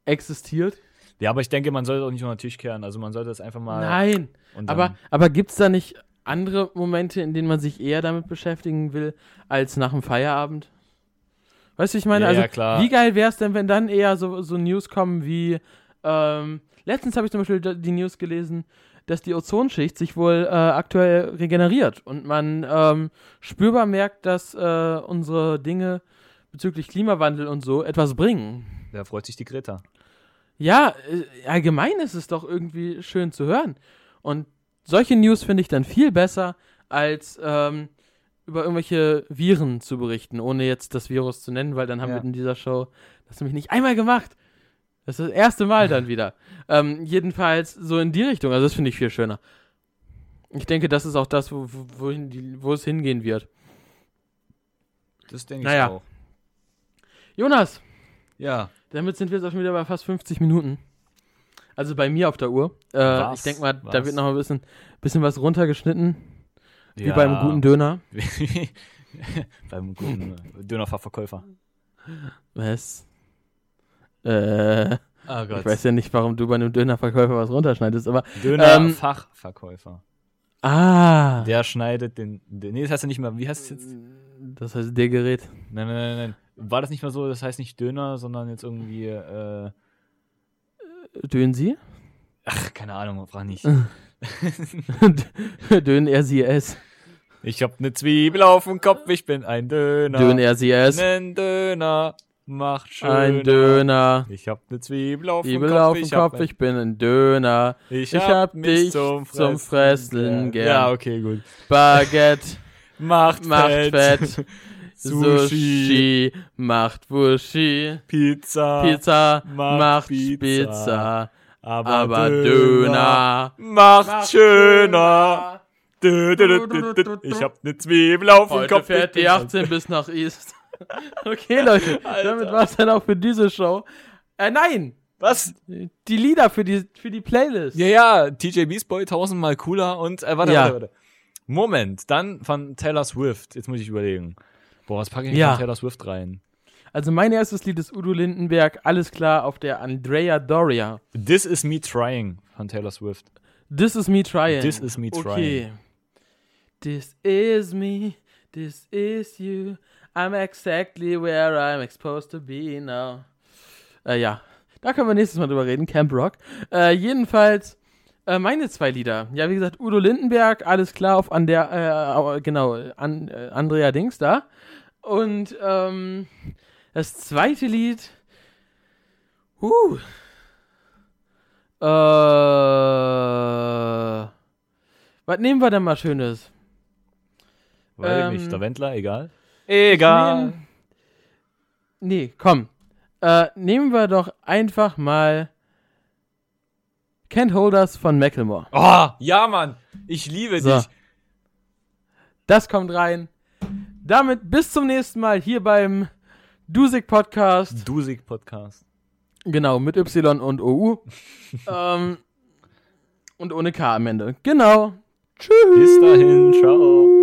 S1: existiert.
S2: Ja, aber ich denke, man sollte auch nicht unter den Tisch kehren. Also man sollte das einfach mal.
S1: Nein.
S2: und dann-
S1: Aber, aber gibt es da nicht andere Momente, in denen man sich eher damit beschäftigen will, als nach dem Feierabend? Weißt du, ich meine,
S2: Ja,
S1: also
S2: ja, klar.
S1: wie geil wäre es denn, wenn dann eher so, so News kommen wie, ähm, letztens habe ich zum Beispiel da- die News gelesen, dass die Ozonschicht sich wohl äh, aktuell regeneriert und man ähm, spürbar merkt, dass äh, unsere Dinge bezüglich Klimawandel und so etwas bringen.
S2: da freut sich die Greta.
S1: Ja, äh, allgemein ist es doch irgendwie schön zu hören. Und solche News finde ich dann viel besser, als ähm, über irgendwelche Viren zu berichten, ohne jetzt das Virus zu nennen, weil dann haben
S2: Ja.
S1: wir in dieser Show das nämlich nicht einmal gemacht. Das ist das erste Mal dann wieder. Ähm, jedenfalls so in die Richtung. Also das finde ich viel schöner. Ich denke, das ist auch das, wo, wo, wohin die, wo es hingehen wird.
S2: Das denke
S1: Naja.
S2: auch.
S1: Jonas,
S2: Ja.
S1: damit sind wir jetzt auch schon wieder bei fast 50 Minuten. Also bei mir auf der Uhr. Äh,
S2: Was?
S1: ich denke mal, da
S2: Was?
S1: wird noch ein bisschen, bisschen was runtergeschnitten. Wie beim guten Döner.
S2: Döner. beim guten Dönerfachverkäufer.
S1: Was? Äh,
S2: Oh
S1: ich weiß ja nicht, warum du bei einem Dönerverkäufer was runterschneidest, aber. Ähm,
S2: Dönerfachverkäufer.
S1: Ah!
S2: Der schneidet den, den. Nee, das heißt ja nicht mehr. Wie heißt es
S1: Äh.
S2: jetzt?
S1: Das heißt, der Gerät.
S2: Nein, nein, nein, nein. War das nicht mal so, das heißt nicht Döner, sondern jetzt irgendwie, äh,
S1: Dönen Sie?
S2: ach, keine Ahnung, frag nicht.
S1: Dönen er sie es.
S2: Ich hab ne Zwiebel auf dem Kopf, ich bin ein Döner.
S1: Dönen er sie es.
S2: Ein Döner macht schön.
S1: Ein Döner.
S2: Ich hab ne Zwiebel auf dem
S1: Zwiebel
S2: Kopf,
S1: auf dem
S2: ich hab
S1: Kopf,
S2: ne-
S1: ich bin ein Döner.
S2: ich
S1: ich hab dich zum Fresseln gern.
S2: Ja, okay, gut.
S1: Baguette
S2: Macht,
S1: macht
S2: Fett.
S1: Fett.
S2: Sushi.
S1: Sushi macht Wushi.
S2: Pizza.
S1: Pizza
S2: macht
S1: Ah, macht
S2: Pizza.
S1: Pizza.
S2: Aber,
S1: Aber Döner.
S2: macht,
S1: macht
S2: schöner.
S1: Döner.
S2: Dö, dö, dö, dö, dö. Ich hab ne Zwiebel auf dem
S1: Heute
S2: Kopf.
S1: fährt die 18 bis nach East. Okay, Leute, damit war es dann auch für diese Show. Äh, nein!
S2: Was?
S1: Die Lieder für die, für die Playlist.
S2: Ja, ja, TJ Beast Boy tausendmal cooler und äh, warte,
S1: Ja.
S2: warte, warte. Moment, dann von Taylor Swift. Jetzt muss ich überlegen. Boah, was packe ich
S1: Ja.
S2: von Taylor Swift rein?
S1: Also mein erstes Lied ist Udo Lindenberg, alles klar, auf der Andrea Doria.
S2: This is me trying von Taylor Swift.
S1: This is me trying.
S2: This is me
S1: Okay. This is me, this is you. I'm exactly where I'm exposed to be now. Äh, ja, da können wir nächstes Mal drüber reden, Camp Rock. Äh, jedenfalls äh, meine zwei Lieder. Ja, wie gesagt, Udo Lindenberg, alles klar, auf an der, äh, genau, an, äh, Andrea Dings da. Und ähm, das zweite Lied. uh, Huh. Äh, was nehmen wir denn mal Schönes?
S2: Weiß
S1: Ähm,
S2: ich nicht. Der Wendler, egal.
S1: Ich nehm- Nee, komm. Äh, nehmen wir doch einfach mal Can't Hold Us von Macklemore.
S2: Oh, ja, Mann. Ich liebe
S1: So.
S2: dich.
S1: Das kommt rein. Damit bis zum nächsten Mal hier beim Dusig Podcast.
S2: Dusig Podcast.
S1: Genau, mit Y und OU. ähm, und ohne K am Ende. Genau. Tschüss.
S2: Bis dahin, ciao.